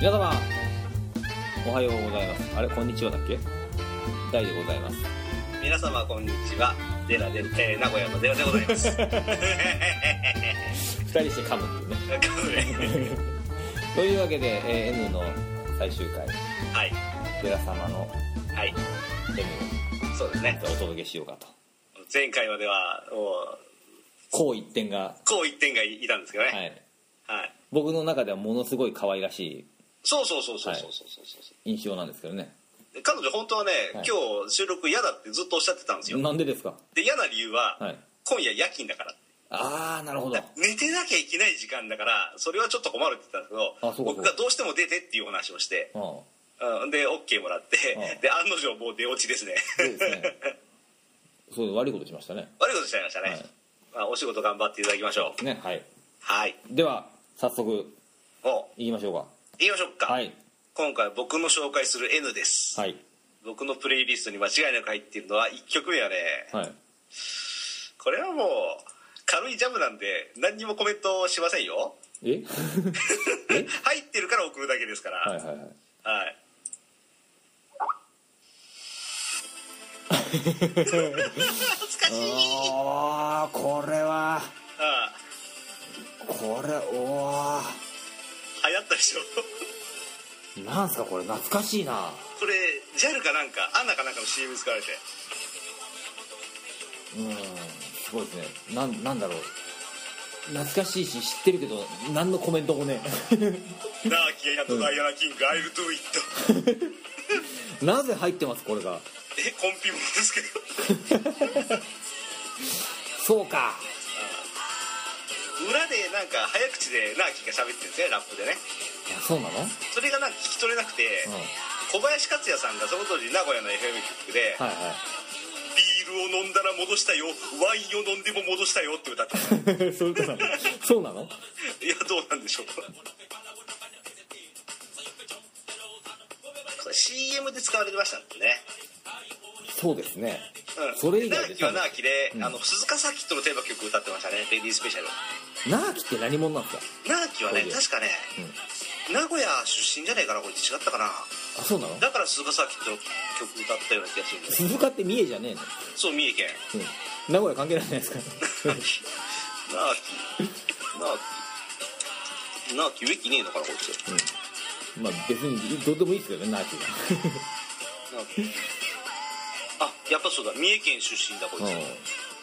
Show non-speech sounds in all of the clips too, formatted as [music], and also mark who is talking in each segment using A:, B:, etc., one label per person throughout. A: 皆様おはようございますあれこんにちはだっけ大でございます
B: 皆様こんにちはデラで、えー、名古屋のデラでございます [laughs]
A: 二人して噛むっていうねというわけで、えー N の最終回
B: はい
A: 寺様の
B: はい
A: M
B: そうですね
A: をお届けしようかと
B: 前回まではもう
A: こう一点が、
B: こう一点がいたんですけどね
A: は
B: はい、
A: い、僕の中ではものすごい可愛らし
B: そうそうそうそうそうそうそうそう、
A: い印象なんですけどね
B: で彼女本当はね、
A: はい
B: 今日収録嫌だってずっとおっしゃってたんですよ
A: なんでですか
B: で嫌な理由は、
A: はい
B: 今夜夜勤だから
A: ああなるほど
B: 寝てなきゃいけない時間だからそれはちょっと困るって言ってたんですけ
A: あ
B: ど
A: そうそう
B: 僕がどうしても出てっていうお話をして、
A: う
B: うん、で OK もらって
A: うん
B: で案の定もう出落ちですね
A: んそうですねそう悪いことしましたね
B: 悪いことしちゃいましたね、
A: はい
B: まあ、お仕事頑張っていただきましょう
A: ねはい
B: はい
A: では早速
B: お
A: いきましょう
B: 言いましょう
A: か
B: か、
A: はい
B: 今回僕の紹介する N です、
A: はい
B: 僕のプレイリストに間違いなく入っているのは1曲目はね、
A: はい
B: これはもう軽いジャムなんで何にもコメントしませんよ
A: ええ
B: 入ってるから送るだけですから
A: は
B: はいい、
A: はいはい
B: 懐かしい
A: ああこれは
B: ああ
A: これお
B: 流行ったでしょ
A: ーなんすかこれ懐かしいな
B: これ JAL かなんかアナかなんかの CM 使われて
A: うんすごいですねなんなんだろう懐かしいし知ってるけど何のコメントも [laughs] ね
B: 「ダーキーやとダイアナ・キング、アイル・ドゥ・イット
A: なぜ入ってますこれが」
B: えコンピもですけど
A: そうか
B: 裏でなんか早口でナーキーが喋ってるんですねラップでね
A: いやそうなのうん
B: それがなんか聞き取れなくて、
A: はい
B: 小林克也さんがその当時名古屋の FM 局で、
A: は
B: ビールを飲んだら戻したよワインを飲んでも戻したよって歌ってた [laughs]
A: い [laughs] そういうことなのそうなの
B: いやどうなんでしょうかこれ CM で使われてましたんでね、
A: そうですね
B: うん、
A: それ以外で
B: でナーキーはナーキーで、
A: うん
B: あの鈴鹿サキットのテーマ曲歌ってましたねレディースペシャル
A: ナーキって何者なんですか
B: ナーキーはね
A: そうです
B: 確かね、名古屋出身じゃないかなこれ違ったかな
A: あそうなの
B: だから鈴鹿サキットの曲歌ったような気がするんだよ
A: 鈴鹿って三重じゃねえの、
B: そう三重県
A: うん、名古屋関係ないじゃないですか
B: ナーキナーキナーキナーキウィキねえのかなこいつ
A: まあ別にどうでもいいですけどねナーキ
B: ナーキあやっぱそうだ三重県出身だこいつ、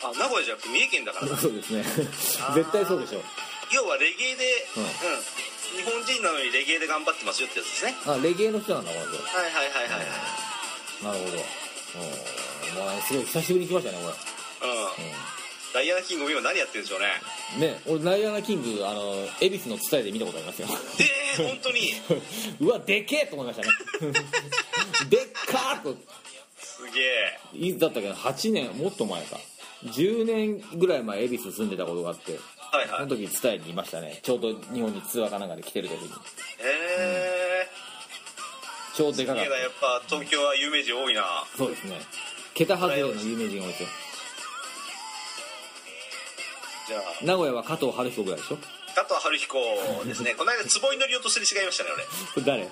A: が
B: あ名古屋じゃなくて三重県だか
A: う
B: らな
A: [laughs]
B: ん
A: そうですね絶対そうでしょう
B: 要はレゲエで、
A: う
B: うんん日本人なのにレゲエで頑張ってますよってやつですね
A: あレゲエの人なんだこの人
B: はいはいはいはいはい
A: なるほどうんまあすごい久しぶりに来ましたね
B: うん、ダイアナ・キングも今何やってるんでしょうね
A: 俺、うん、ね俺ダイアナキングあの恵比寿の伝えで見たことありますよ
B: えー、 [laughs] 本当に
A: [laughs] うわでけえと思いましたね [laughs] でっかーと
B: すげえ
A: いつだったっけど8年もっと前か10年ぐらい前恵比寿住んでたことがあって
B: はい
A: そ
B: は
A: の
B: い
A: 時伝えにいましたねちょうど日本にツアーかなんかで来てる時に
B: え
A: 超で
B: ー、
A: かかっ
B: いややっぱ東京は有名人多いな
A: たそうですね桁外れの有名人が多いですよ
B: じゃあ
A: 名古屋は加藤晴彦ぐらいでしょこ
B: 加藤春彦ですねこの間坪井のりおとすれ違いましたね
A: れ誰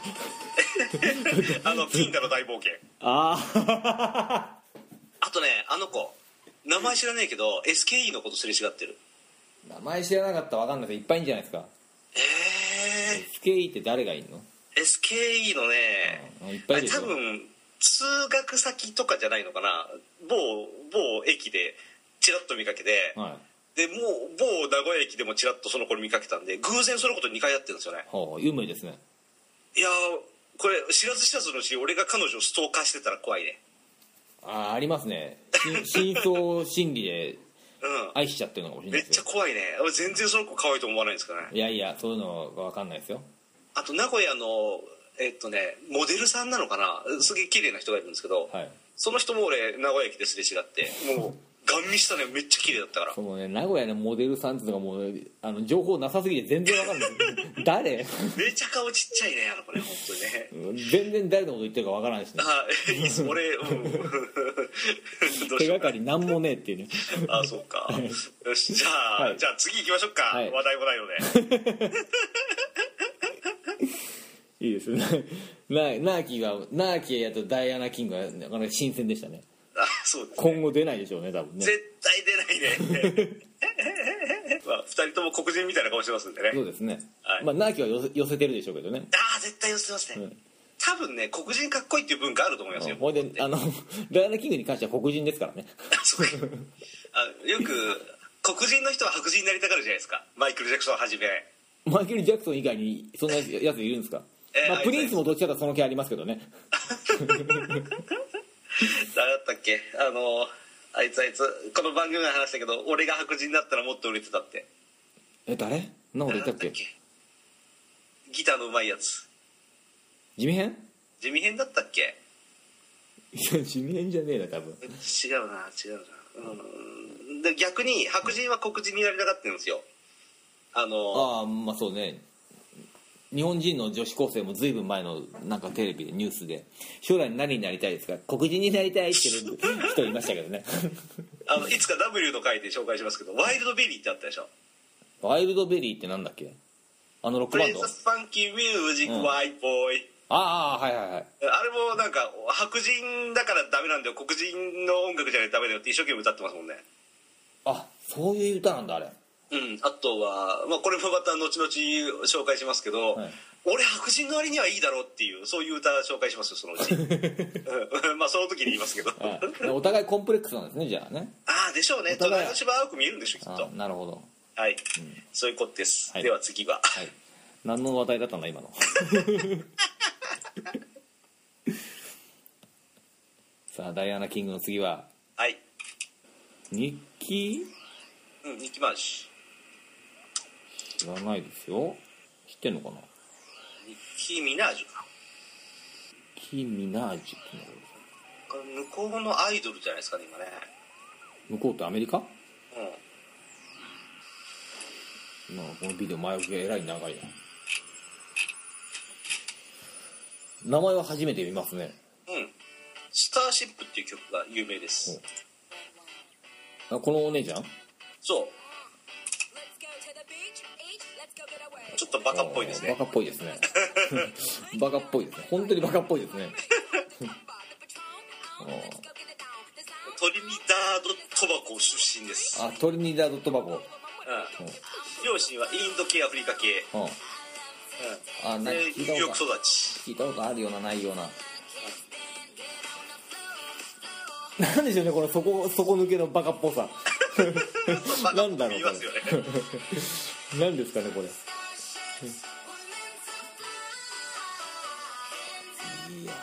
B: 俺あの金だの大冒険
A: ああ
B: あとねあの子名前知らねえけど SKE のことすれ違ってる
A: 名前知らなかったら分かんないけどいっぱいいんじゃないですか
B: え
A: SKE って誰がいんの
B: ー、SKE のね
A: うんいっぱい
B: あ
A: いる
B: れ
A: でし
B: 多
A: ょ
B: 分通学先とかじゃないのかな某某駅でチラッと見かけて
A: はい
B: でもう某名古屋駅でもチラッとその子に見かけたんで偶然その子と2回やってるんですよね
A: ほう有名ですね
B: いやーこれ知らず知らずのうちに俺が彼女をストーカーしてたら怖いね
A: ああありますねし [laughs] 真相心理で
B: うん
A: 愛しちゃってるのかもしれな
B: め
A: い
B: っ
A: です
B: ち
A: よ
B: ゃ怖いね俺全然その子可愛いと思わないんですからね
A: いやいやそういうのが分かんないですよ
B: あと名古屋のえっとねモデルさんなのかなすげえ綺麗な人がいるんですけど、
A: はい
B: その人も俺名古屋駅ですれ違ってもうガン見したねめっちゃ綺麗だったから
A: そのね名古屋のモデルさんっていうのがもうあの情報なさすぎて全然分かんない誰 [laughs]
B: めちゃ顔ちっちゃいねあの子ね本当にね
A: 全然誰のこと言ってるか分からないしね
B: あいいっす俺、
A: [laughs]
B: うん、どう
A: 手
B: し
A: が
B: ようか
A: かりなんもねえっていうね
B: あそうかよしじゃあ、
A: はい
B: じゃあ次行きましょうか、
A: はい
B: 話題もないので
A: いいですね [laughs] なナーキーがナーキーやとダイアナ・キングはなかなか新鮮でしたね
B: あそうですね
A: 今後出ないでしょうね多分ね
B: 絶対出な
A: [laughs]
B: いねまあ2人とも黒人みたいな顔してますんでね
A: そうですね、
B: はい
A: まあナーキーは寄せ寄せてるでしょうけどね
B: ああ絶対寄せてますね、
A: うん
B: 多分ね黒人かっこいいっていう文化あると思いますよ、
A: ほいであの [laughs] ダイアナ・キングに関しては黒人ですからね
B: [laughs]
A: [laughs]
B: そうかあよく黒人の人は白人になりたがるじゃないですかマイケル・ジャクソンはじめ
A: マイケル・ジャクソン以外にそんなやついるんですか、
B: えー
A: まあ、プリンスもどっちかというとその気ありますけどね
B: 誰だったっけあのあいつあいつこの番組で話したけど俺が白人だったらもっと売れてたって
A: え誰何こと言っ
B: 誰だ
A: た
B: っ
A: ったけ
B: っけギターのうまいやつ
A: 地味編
B: 地味編だったっけ
A: いや地味編じゃねえな多分
B: 違うな違うなうんで逆に白人は黒人になりたがってるんですよあの
A: ああまあそうね日本人の女子高生もずいぶん前のなんかテレビでニュースで将来何になりたいですか黒人になりたいっていう人いましたけどね [laughs]
B: あのいつか W の回で紹介しますけどワイルドベリーってあったでしょ
A: ワイルドベリーってなんだっけあのロッ
B: プ
A: クバ
B: レ
A: ン
B: ン
A: ド
B: サス・ファンキー・ミュージッ
A: うん
B: ク・ワイ・ボーイ
A: ああはいはいはい
B: あれもなんか白人だからダメなんだよ黒人の音楽じゃないとダメだよって一生懸命歌ってますもんね
A: あそういう歌なんだあれ
B: うんあとは、まあ、これもまた後々紹介しますけど、
A: はい
B: 俺白人の割にはいいだろうっていうそういう歌紹介しますよそのう
A: [laughs]
B: ち [laughs] うんまあその時に言いますけど
A: あお互いコンプレックスなんですねじゃあね
B: ああでしょうね
A: お互い
B: 隣の芝は青く見えるんでしょきっ
A: あ
B: と
A: ーなるほど
B: はい、そういうことです、
A: はい
B: では次は
A: はい何の話題だったんだ今のさあダイアナ・キングの次は
B: はい、
A: 日記
B: うん、行きまし
A: 知らないですよ知ってんのかな
B: キー・ミナージュか
A: キミナージュってのが
B: これ向こうのアイドルじゃないですかね今ね
A: 向こうってアメリカ
B: うん
A: なんかこのビデオ前置きがえらい長いな名前は初めて見ますね
B: うん「スターシップ」っていう曲が有名です、
A: うんあこのお姉ちゃん
C: Let's
B: そ
C: go to the beach, eat, let's go get away.
B: うちょっとバカっぽいですね
A: あーバカっぽいですね
B: [laughs]
A: バカっぽいですね本当にバカっぽいですね
C: Bar the patron, on,
A: Oh.
C: let's go get it down. The sound,
B: トリニダード・トバコ出身です、
A: あトリニダード・トバコ
B: うん、両親はインド系アフリカ系、
A: うんあ
B: うん、
A: なんか
B: で
A: 聞
B: ニ
A: い
B: ュー
A: た
B: ヨー
A: こ
B: ク
A: と
B: 育ち
A: 聞いたことあるようなないようななんでしょうねこの底底抜けのバカっぽさ
B: バカ
A: な
B: っ
A: んだ
B: ぽく
A: ろ
B: 言
A: う
B: い
A: こ
B: ますよね
A: れなんですかねこれいや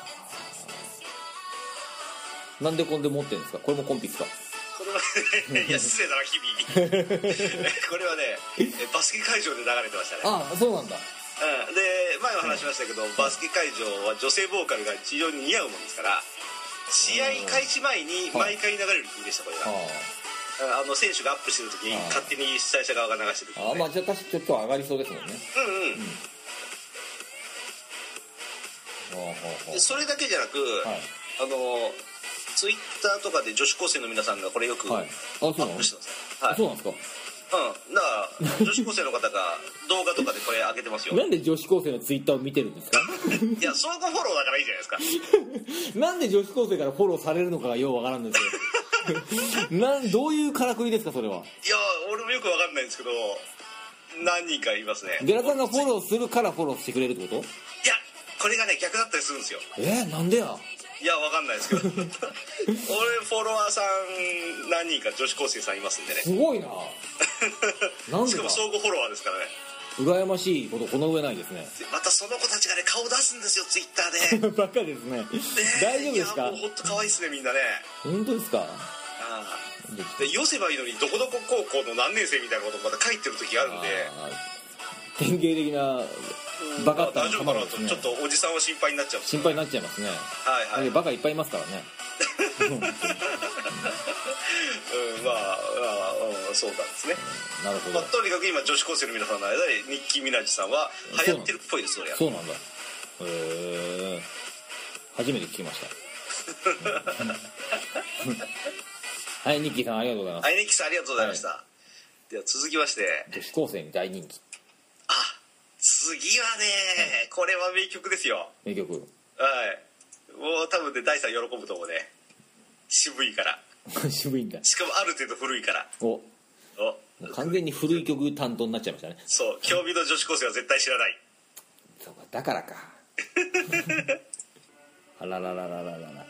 A: ーなんでこんで持ってるんですかこれもコンピスか
B: これは
A: [laughs]
B: ねいや失礼だな君これはねえバスケ会場で流れてましたね
A: あそうなんだ
B: うん、で前も話しましたけど、バスケ会場は女性ボーカルが非常に似合うもんですから試合開始前に毎回流れる曲でしたこれ
A: あ
B: が、あの選手がアップしてる時に
A: あー
B: 勝手に主催者側が流してる
A: ー
B: 曲
A: あー
B: で、
A: まあじゃあ確かちょっと上がりそうですもんね
B: うんうん
A: ほうほうほ
B: でそれだけじゃなく、
A: はい
B: あのツイッターとかで女子高生の皆さんがこれよく
A: うは
B: ア
A: いあそうな
B: ッ
A: の
B: プしてます、はい
A: そうなんです
B: うん、だから女子高生の方が動画とかでこれ上げてますよ
A: かなんで女子高生のツイッターを見てるんですか
B: いや相互フォローだからいいじゃないですか
A: なんで女子高生からフォローされるのかがようわからんです [laughs] よなんどういうからくりですかそれはい
B: や俺もよくわかんないんですけど何人かいますね
A: デラさんがフォローするからフォローしてくれるってこと
B: いやこれがね逆だったりするんですよ
A: えー、なんでや
B: いやわかんな
A: [laughs]
B: いですけど俺フォロワーさん何人か女子高生さんいますんでね
A: すごいななん
B: し
A: でか
B: かも相互フォロワーですからね
A: 羨ましいことこの上ないですね
B: でまたその子たちがね顔出すんですよツイッターで、ね
A: [laughs] バカですね [laughs]
B: え
A: 大丈夫です
B: い
A: か
B: やもうほんと可愛いっすねみんなね
A: 本当ですか
B: ああで寄せばいいのにどこどこ高校の何年生みたいなことまた書いてる時あるんで
A: あー典型的なバカ
B: あ
A: ッタ
B: 大
A: ー
B: 丈
A: の卵
B: 夫かな
A: で
B: と
A: すね
B: ちょっとおじさんは心配になっちゃうんです
A: 心配になっちゃいますね
B: はいはい、
A: バカいっぱいいますからね
B: うん、まあ、まあうん、そうなんですね、
A: なるほ
B: ま
A: ど
B: あ、とにかく今女子高生の皆さんの間でニッキー・ミナジさんは流行ってるっぽいですそりゃ
A: そうなんだへえ初めて聞きましたはいニッキーさんありがとうございます、
B: はいニッキーさんありがとうございました、では続きまして
A: 女子高生に大人気
B: あ続次はね、これは名曲ですよ。
A: 名
B: [laughs]
A: 曲
B: はい。もう多分ね、大さん喜ぶと思うね。渋いから。
A: 渋いんだ
B: しかもある程度古いから。
A: お
B: お
A: 完全に古い曲担当になっちゃいましたね
B: そう、競技の女子高生は絶対知らない。
A: そうかだからか
B: [laughs]
A: あららららららら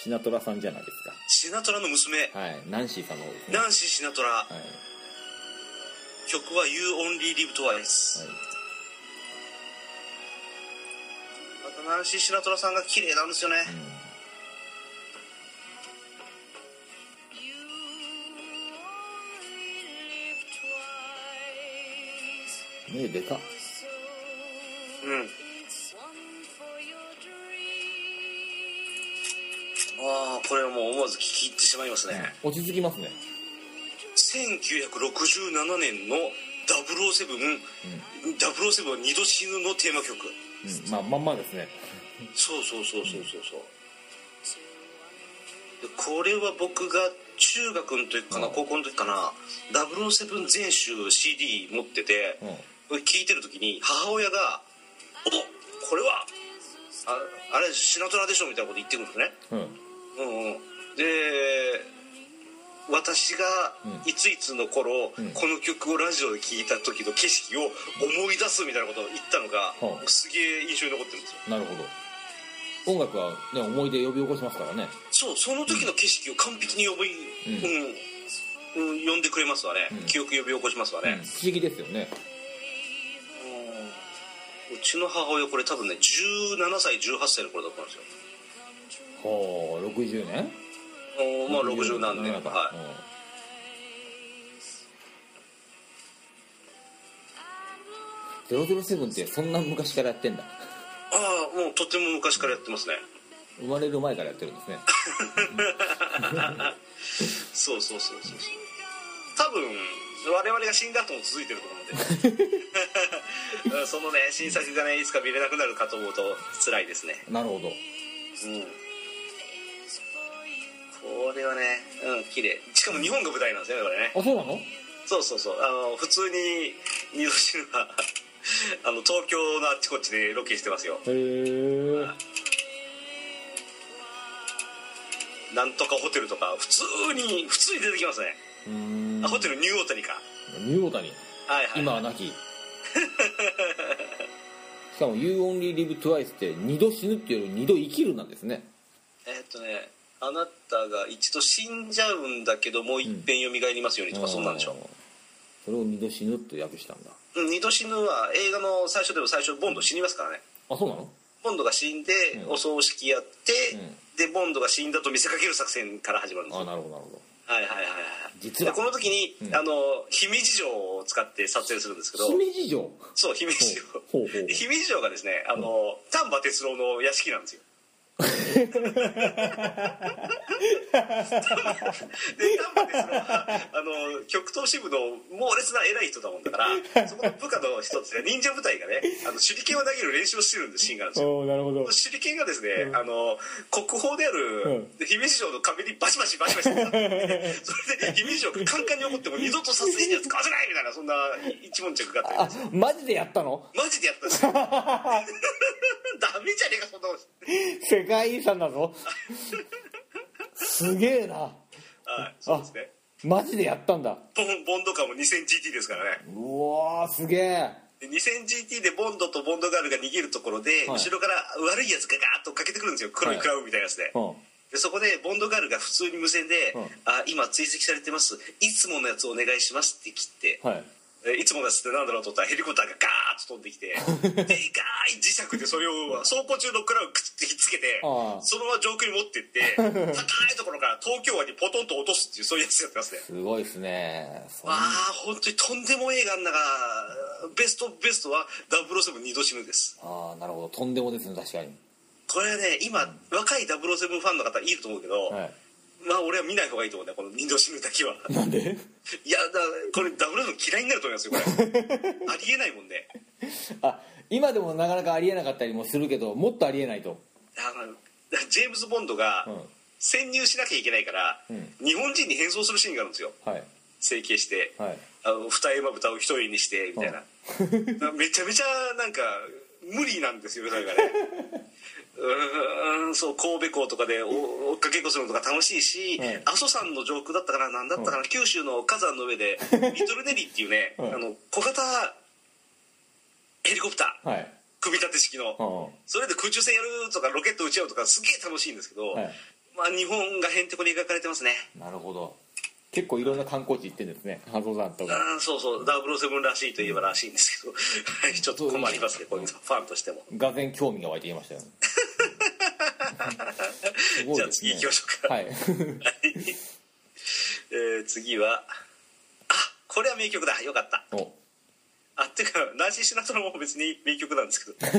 A: シナトラさんじゃないです
B: シナトラの娘、
A: かはいナンシーさんの方ですね
B: ナンシー・シナトラ。
A: はい、はい、
B: 曲は You Only Live Twice。またナンシー・シナトラさんが綺麗なんですよね。
C: You only live twice.
A: うん目でかっ
C: So
B: うん。
C: it's one for your dream.
B: ああ、これはもう思わず聞き入ってしまいますね。
A: 落ち着きますね
B: 1967年の007、007は二度死ぬのテーマ曲。
A: うんまあまんまですね
B: そうそうそうそうそうそうでこれは僕が中学の時かな、
A: うん
B: 高校の時かな007全集 CD 持ってて、
A: うん
B: これ聴いてる時に母親が「おこれはああれシナトラでしょ」みたいなこと言ってくるんですね
A: うん
B: うんうんで私がいついつの頃、
A: うん
B: この曲をラジオで聴いた時の景色を思い出すみたいなことを言ったのが、
A: うん
B: すげえ印象に残ってるんです
A: な
B: よ
A: るほど音楽はね思い出呼び起こしますからね
B: そうその時の景色を完璧に呼び、うんうん呼んでくれますわね、
A: うん
B: 記憶呼び起こしますわ
A: うん
B: ね、
A: 不思議ですよね
B: うちの母親これ多分ね17歳18歳の頃だったんですよ
A: ほう60年
B: おーまあ60何年
A: なんか
B: は
A: うん007ってそんな昔からやってんだ
B: いああもうとても昔からやってますね
A: 生まれる前からやってるんですね
B: そうそうそうそう多分我々が死んだ後も続いてると思うんでうんそのね新作がねいつか見れなくなるかと思うと辛いですね
A: なるほど
B: うんこれはねうん綺麗しかも日本が舞台なんですよねこれね
A: あそうなの
B: そうそうそうあの普通に二度死ぬは [laughs] あの東京のあっちこっちでロケしてますよ
A: へえ
B: なんとかホテルとか普通に普通に出てきますね、
A: うん
B: あホテルニューオータニか
A: ニューオータニ
B: はいはい
A: 今は亡き [laughs] しかも「You Only Live Twice」って二度死ぬっていうより二度生きるなんですね
B: えーっとねあなたが一度死んじゃうんだけどもう一遍蘇りますようにとか、そんなんでしょ
A: あーそれを二度死ぬって訳したんだ
B: うん二度死ぬは映画の最初でも最初ボンド死にますからね
A: あそうなの
B: ボンドが死んで、
A: うん
B: お葬式やって、
A: うん
B: でボンドが死んだと見せかける作戦から始まるんです
A: あ
B: よ
A: なるほどなるほど
B: はいはいはいはい
A: 実は
B: でこの時に、
A: うん
B: あの姫路城を使って撮影するんですけど
A: 姫路城
B: そう姫路城
A: ほうほうほう
B: で姫路城がですねあの丹波哲郎の屋敷なんですよで丹波哲郎はあの極東支部の猛烈な偉い人だもんだからそこの部下の一つで忍者部隊がねあの手裏剣を投げる練習をしてるんでシーンがあるんですよ
A: おなるほど
B: 手裏剣がですね、あの国宝である
A: う
B: 姫路城の壁にバシバシバシバシって当たってそれで姫路城がカンカンに怒っても二度と殺人には使わせないみたいなそんな一文着があったり
A: あマジでやったの
B: マジでやった
A: [laughs]
B: んですよダメじゃねえかそんなもん
A: 世界遺産だぞすげえな
B: はいそうですね
A: マジでやったんだ
B: ボンボンドカーも 2000GT ですからね
A: うわーすげえ
B: で 2000GT でボンドとボンドガールが逃げるところ
A: は
B: で、
A: い
B: 後ろから悪いやつがガーッとかけてくるんですよ黒い
A: はい
B: クラブみたいなやつで,、
A: うん
B: でそこでボンドガールが普通に無線で「
A: うん
B: あ今追跡されてますいつものやつお願いします」って切って、
A: はい
B: えいつものやつってなんだろうと思ったらヘリコプターがガーッと飛んでき
A: [laughs]
B: てでかい磁石でそれを走行中のクラブをくっつきつけて
A: ああ
B: そのまま上空に持ってって高いところから東京湾にポトンと落とすっていうそういうやつやってますね
A: すごいですねそん
B: わあ本当にとんでも映画の中ベストベストは007二度死ぬです
A: あーなるほどとんでもですね確かに
B: これね今若い007ファンの方いると思うけど、
A: はい
B: まあ俺は見ない方がいいと思うねこの二度死ぬ
A: [laughs]
B: だけは
A: なんで
B: いやだこれ007嫌いになると思いますよこれ
A: [laughs]
B: ありえないもんね
A: あ今でもなかなかありえなかったりもするけどもっとありえないと
B: あのジェームズ・ボンドが
A: うん
B: 潜入しなきゃいけないから、
A: うん
B: 日本人に変装するシーンがあるんですよ
A: はい
B: 整形して、
A: はい
B: ああの二重まぶたを一重にしてみたいなめちゃめちゃなんか無理なんですよなんかねうーんそう神戸港とかでお追っかけっこするのとか楽しいし、
A: うん
B: 阿蘇山の上空だったかな何だったかな、九州の火山の上でリトルネリーっていうね、
A: うん
B: あの小型ヘリコプター
A: はい
B: 組み立て式の、
A: うんは
B: それで空中戦やるとかロケット打ち合うとかすげえ楽しいんですけど、まあ日本がへんてこに描かれてますね
A: いなるほど結構いろんな観光地行ってんですねハゾ山とか
B: あーそうそう007らしいといえばらしいんですけどはいちょっと困りますねこういうのファンとしても
A: がぜん興味が湧いてきました
B: [laughs]
A: よすごい
B: じゃあ
A: です
B: 次
A: ね
B: 行きましょうか、
A: はい [laughs]
B: えー次はあこれは名曲だよかった
A: お
B: あっていうかナンシー・シナトラも別に名曲なんですけど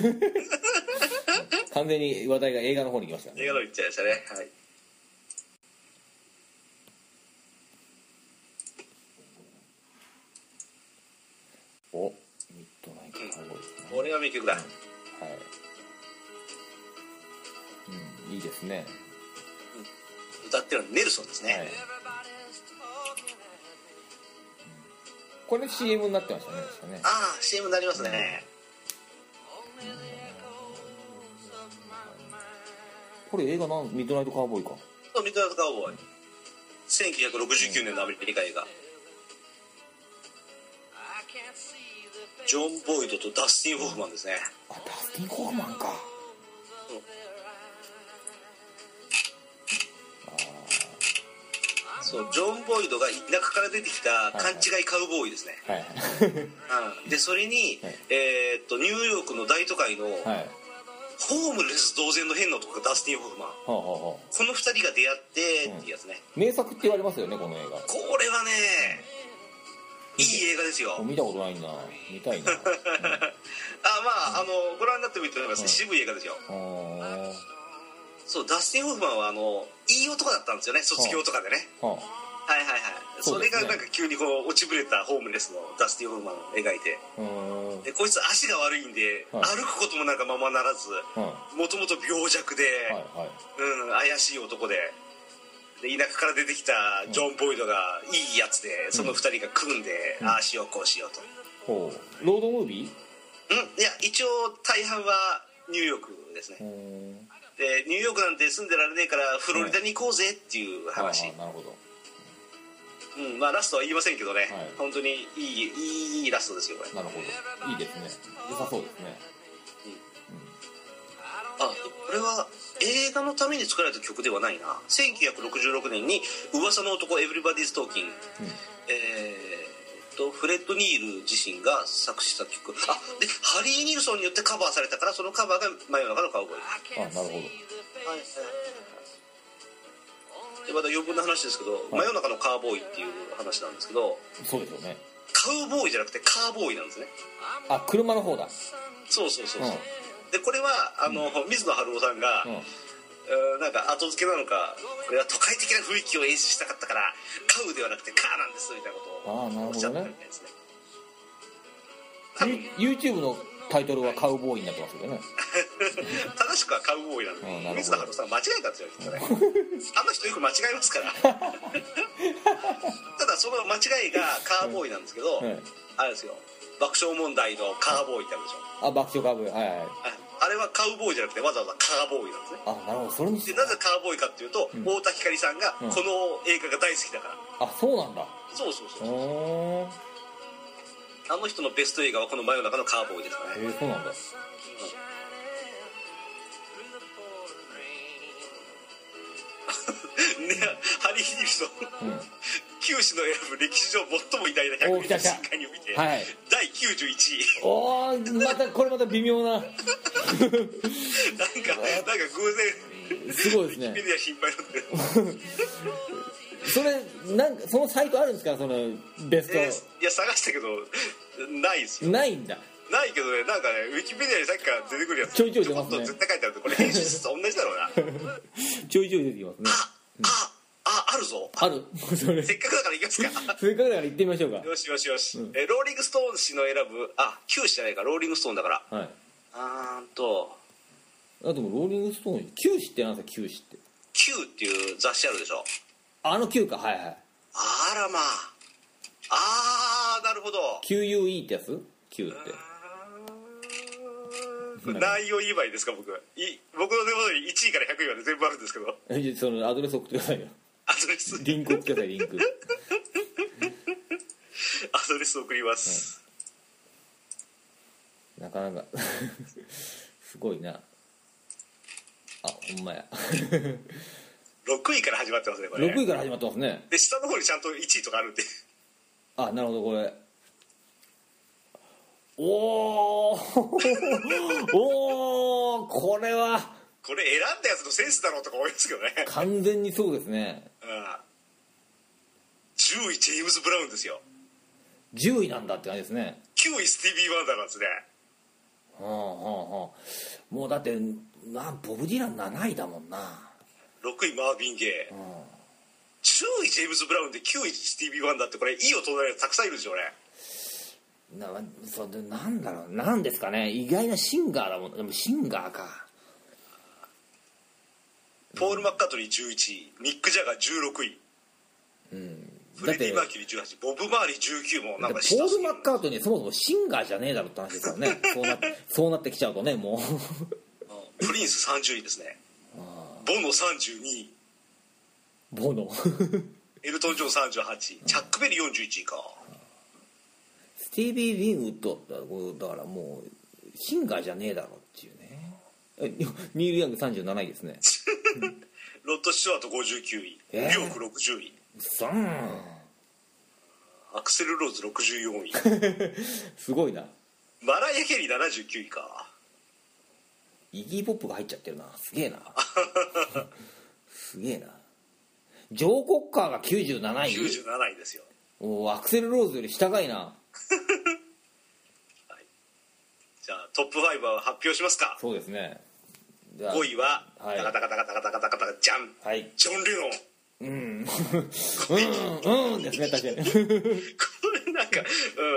A: 完全に話題が映画の方に行きましたね
B: 映画の言っちゃいましたねはい
A: おミッドナイトカウボーイですね
B: これは名曲だ
A: はいうんいいですね
B: 歌ってるのはネルソンですね、
A: はいこれ CM になってましたね確かね
B: ああ CM になりますね、
C: Mm.
A: これ映画なんミッドナイトカウボーイか
B: そうミッドナイト・カウボーイ1969年のアメリカ映画ジョン・ボイドとダスティン・ホフマンですね
A: あダスティン・ホーマンか
B: そうジョン・ボイドが田舎から出てきた
A: い
B: 勘違いカウボーイですね、
A: はい
B: うんでそれに、
A: はい
B: えーっとニューヨークの大都会の
A: はいはい
B: ホームレス同然の変な男がダスティン・ホフマン
A: はあ、はあはあ、
B: この2人が出会ってっていうやつね、
A: 名作って言われますよねこの映画
B: これはねいい映画ですよ
A: 見たことないな見たい
B: [laughs]
A: な
B: あまああのご覧になってみてもらいますね、
A: うん
B: 渋い映画ですよ
A: うーんは
B: そうダスティン・ホフマンはあのいい男だったんですよね卒業とかでね、
A: あ
B: はいはいはい
A: そ
B: そう
A: で
B: れ
A: すね
B: がなんか急にこう落ちぶれたホームレスのダスティン・ホフマンを描いて
A: うーん
B: でこいつ足が悪いんで、
A: はい
B: 歩くこともなんかままならず
A: うん
B: もともと病弱で、
A: はいはい
B: うん怪しい男でで田舎から出てきたジョン・ボイドがいいやつで、その2人が組んで、
A: うん
B: ああしようこうしようと、
A: ほうロードムービー
B: うんいや一応大半はニューヨークですね
A: うーん
B: でニューヨークなんて住んでられねえからフロリダに行こうぜっていう話、
A: ああなるほど
B: うんまあ、ラストは言いませんけどね、
A: はい
B: 本当にいいいいいいラストですよこれ
A: なるほどいいですね良さそうですね
B: あこれは映画のために作られた曲ではないな1966年に「噂の男エブリバディ・ストーキング」
A: うん
B: えーっとフレッド・ニール自身が作詞作曲あでハリー・ニルソンによってカバーされたからそのカバーが「真夜中のカウボーイ」
A: あなるほど
B: でまた余分な話ですけど「真夜中のカウボーイ」っていう話なんですけど
A: そうですよね
B: カウボーイじゃなくてカーボーイなんですね
A: あ車の方だ
B: そうそうそう
A: うん
B: そう、でこれはあの、水野晴夫さんが、 [laughs]
A: うん
B: うんなんか後付けなのかこれは都会的な雰囲気を演出したかったから「カウ」ではなくて「カー」なんですみたいなこと
A: あーなる
B: を
A: ほど
B: お
A: ね
B: っしゃったみたいですね
A: ユ YouTube のタイトルはカウボーイになってますけどね
B: 正しくはカウボーイなの
A: うんなる
B: に、
A: ほど
B: 水野晴郎さん間違えたんですよきっとね
A: [laughs]
B: あの人よく間違えますからただその間違いがカーボーイなんですけど、
A: うん
B: あれですよ爆笑問題のカーボーイってあるでしょ
A: あ爆笑カウボーイはいはい
B: ああれはカウボーイじゃなくてわざわざカーボーイなんですね
A: あなるほどそれに
B: でなぜカーボーイかっていうと、
A: うん
B: 太田光さんが
A: うん
B: この映画が大好きだから、
A: あそうなんだ
B: そうそう
A: う
B: そう
A: ーんへ
B: あの人のベスト映画はこの真夜中のカーボーイですかね
A: えそうなんだ
B: [laughs] ねハリー・ニルソン
A: うん
B: 九死の選ぶ歴史上最も偉大な
A: おー
B: 100
A: 来た
B: 人
A: 来た
B: の瞬間において、
A: はい
B: 第91位
A: おーまたこれまた微妙な
B: なんかなんか偶然
A: すごいです
B: ウィキ
A: ね
B: ペディア心配なんで
A: それなんかそのサイトあるんですかそのベ
B: え
A: ス
B: ーいや探したけどないです
A: ト
B: よ
A: ないんだ
B: ないけどねなんかねウィキペディアにさっきから出てくるやつ
A: ちょいちょい出ますね
B: ちょこっと絶対書いてあるんでこれ編集室と同じだろうな
A: ちょいちょい出てきますね
B: あああるぞ
A: ある [laughs] それ
B: せっかくだから行きますか
A: せっかくだから行ってみましょう
B: よしよしよし、
A: うん
B: えローリング・ストーン氏の選ぶあ九氏じゃないかローリング・ストーンだから
A: かはい
B: あーんと
A: あでもローリングストーン九死ってなんですか九死って
B: 九っていう雑誌あるでしょ
A: あの九かはいはい
B: あらまああーほど
A: QUE ってやつ ?Q って
B: うーん内容言えばいいですか僕い僕の手元に1位から100位まで全部あるんですけど
A: えじゃあそのアドレス送ってくだ [laughs] さいよ [laughs]
B: アドレス
A: リンク送ってくださいリンク
B: アドレス送ります、
A: なかな [laughs] かすごいなあほんまや [laughs]
B: 6位から始まってますねこれ
A: 6位から始まってますね
B: で下の方にちゃんと1位とかあるんで
A: あなるほどこれおー [laughs] おーこれは
B: これ選んだやつのセンスだろうとか思いますけどね、
A: 完全にそうですね
B: うん、10位ジェームズ・ブラウンですよ
A: 10位なんだって感じですね
B: 9位スティービー・ワンダーなんですね
A: はあはあはあもうだってなボブ・ディラン7位だもんな
B: 6位マーヴィン・ゲイ、10位ジェームズ・ブラウンで9位スティービー・ワンダーってこれいい大人がたくさんいるんでしょうね
A: なそれなんだろうなんですかね意外なシンガーだもんでもシンガーか
B: ポール・マッカートニー11位ミック・ジャガー16位フ
A: だっ
B: レ
A: て
B: ディ・
A: だ
B: マ
A: って
B: ーキュリー18ボブ・マーリー19もなんか
A: ポール・マッカートニーそもそもシンガーじゃねえだろって話ですからねそうなそうなってきちゃうとねも
B: うんプリンス30位ですねボノ32位
A: うボノ
B: エルトン・ジョン38位チャック・ベリー41位か
A: スティービー・リンウッドだからもうシンガーじゃねえだろっていうねえニール・ヤング37位ですね
B: ロッド・シュワート59位
A: えー
B: リョーク60位
A: さん [laughs]
B: アクセル・ローズ64位
A: すごいな
B: マライア・ケリー79位か
A: イギー・ポップが入っちゃってるなすげえなすげえなジョー・コッカーが97位
B: 97位ですよ
A: おーアクセル・ローズより下がいな
B: じゃあトップ5は発表しますか
A: そうですねじゃあ
B: 5位は
A: はい
B: タカタカタカタカタカタカタじゃん
A: はい
B: ジョン・レノン
A: うんうんうんですね確かに
B: これなんか、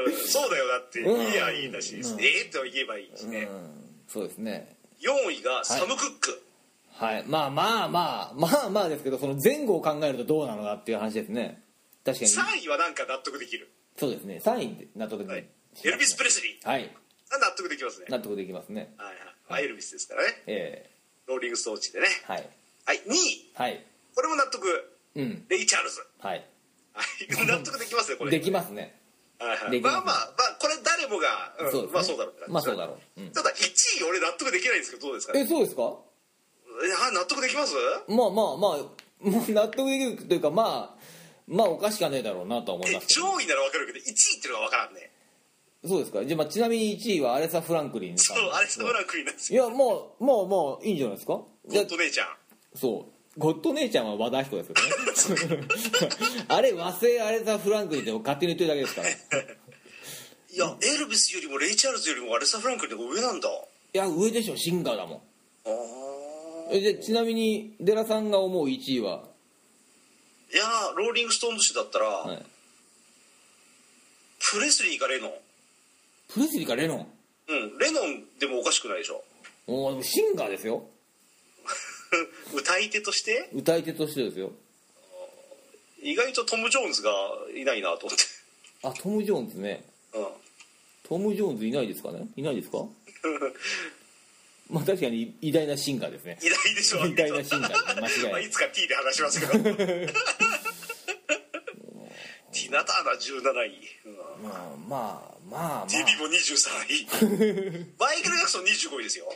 B: うん、そうだよだって
A: うん
B: いやいいんだし、
A: うん
B: ええと言えばいいしね、
A: うんそうですね
B: 4位がサム・クック、
A: はいまあまあまあまあまあですけどその前後を考えるとどうなのかっていう話ですね確かに
B: 3位はなんか納得できる、
A: そうですね3位になった時
B: はい
A: に、
B: エルビス・プレスリー
A: はい
B: あ納得できますね
A: 納得できますね
B: はいはいまあエルビスですからね
A: え
B: ローリング・ストーンチでね
A: えはい
B: はい2位
A: はい
B: これも納得
A: うん
B: レイ・チャールズ、
A: はい
B: はい、納得できますねこれ
A: できますね
B: はいはい
A: できます
B: まあまあまあこれ誰もが、うん
A: そうですね
B: まあそうだろうって感じ
A: まあそうだろううん
B: ただ1位俺納得できないんですけどどうですかね
A: えそうですか
B: いや納得できます
A: まあまあま [laughs] あもう納得できるというかまあまあおかしかねえだろうなとは思い
B: え
A: ますけど
B: 上位なら分かるけど1位っていうのが分からんね
A: そうですかじゃあ、まあ、ちなみに1位はアレサ・フランクリン
B: そ
A: さん
B: うアレス・ブランクリーなんです
A: い
B: よ
A: やもうもうもういいんじゃないですかじ
B: ゴ
A: ゃ
B: ッド姉ちゃん
A: そうゴッド姉ちゃんは和田彦ですけどね [laughs] あれ和製アレサ・フランクリンって勝手に言ってるだけですからい
B: いやエルビスよりもレイ・チャールズよりもアレサ・フランクリンの方が上なんだ
A: や上でしょシンガーだもん
B: あー
A: えじゃあちなみにデラさんが思う1位は、
B: いやーローリング・ストーンズ氏だったら、
A: はい、
B: プレスリーかレノン
A: プレスリーかレノン
B: うんレノンでもおかしくないでしょ [laughs]
A: おーでもシンガーですよ
B: 歌い手として
A: 歌い手としてですよ
B: 意外とトム・ジョーンズがいないなと思っ
A: あトム・ジョーンズね
B: て、うん、
A: トム・ジョーンズいないですかねいない [laughs] ですかまあ確かに偉大なシンガーですね
B: 偉大で
A: [laughs]
B: しょ
A: 偉大なシンガーね間違い
B: ま
A: な
B: あ、
A: い
B: いつか T で話しますけど [laughs] ティナ・ターナ17位、うん
A: まあまあまあまあ
B: ディビも23位マイケル・ジャクソン25位ですよ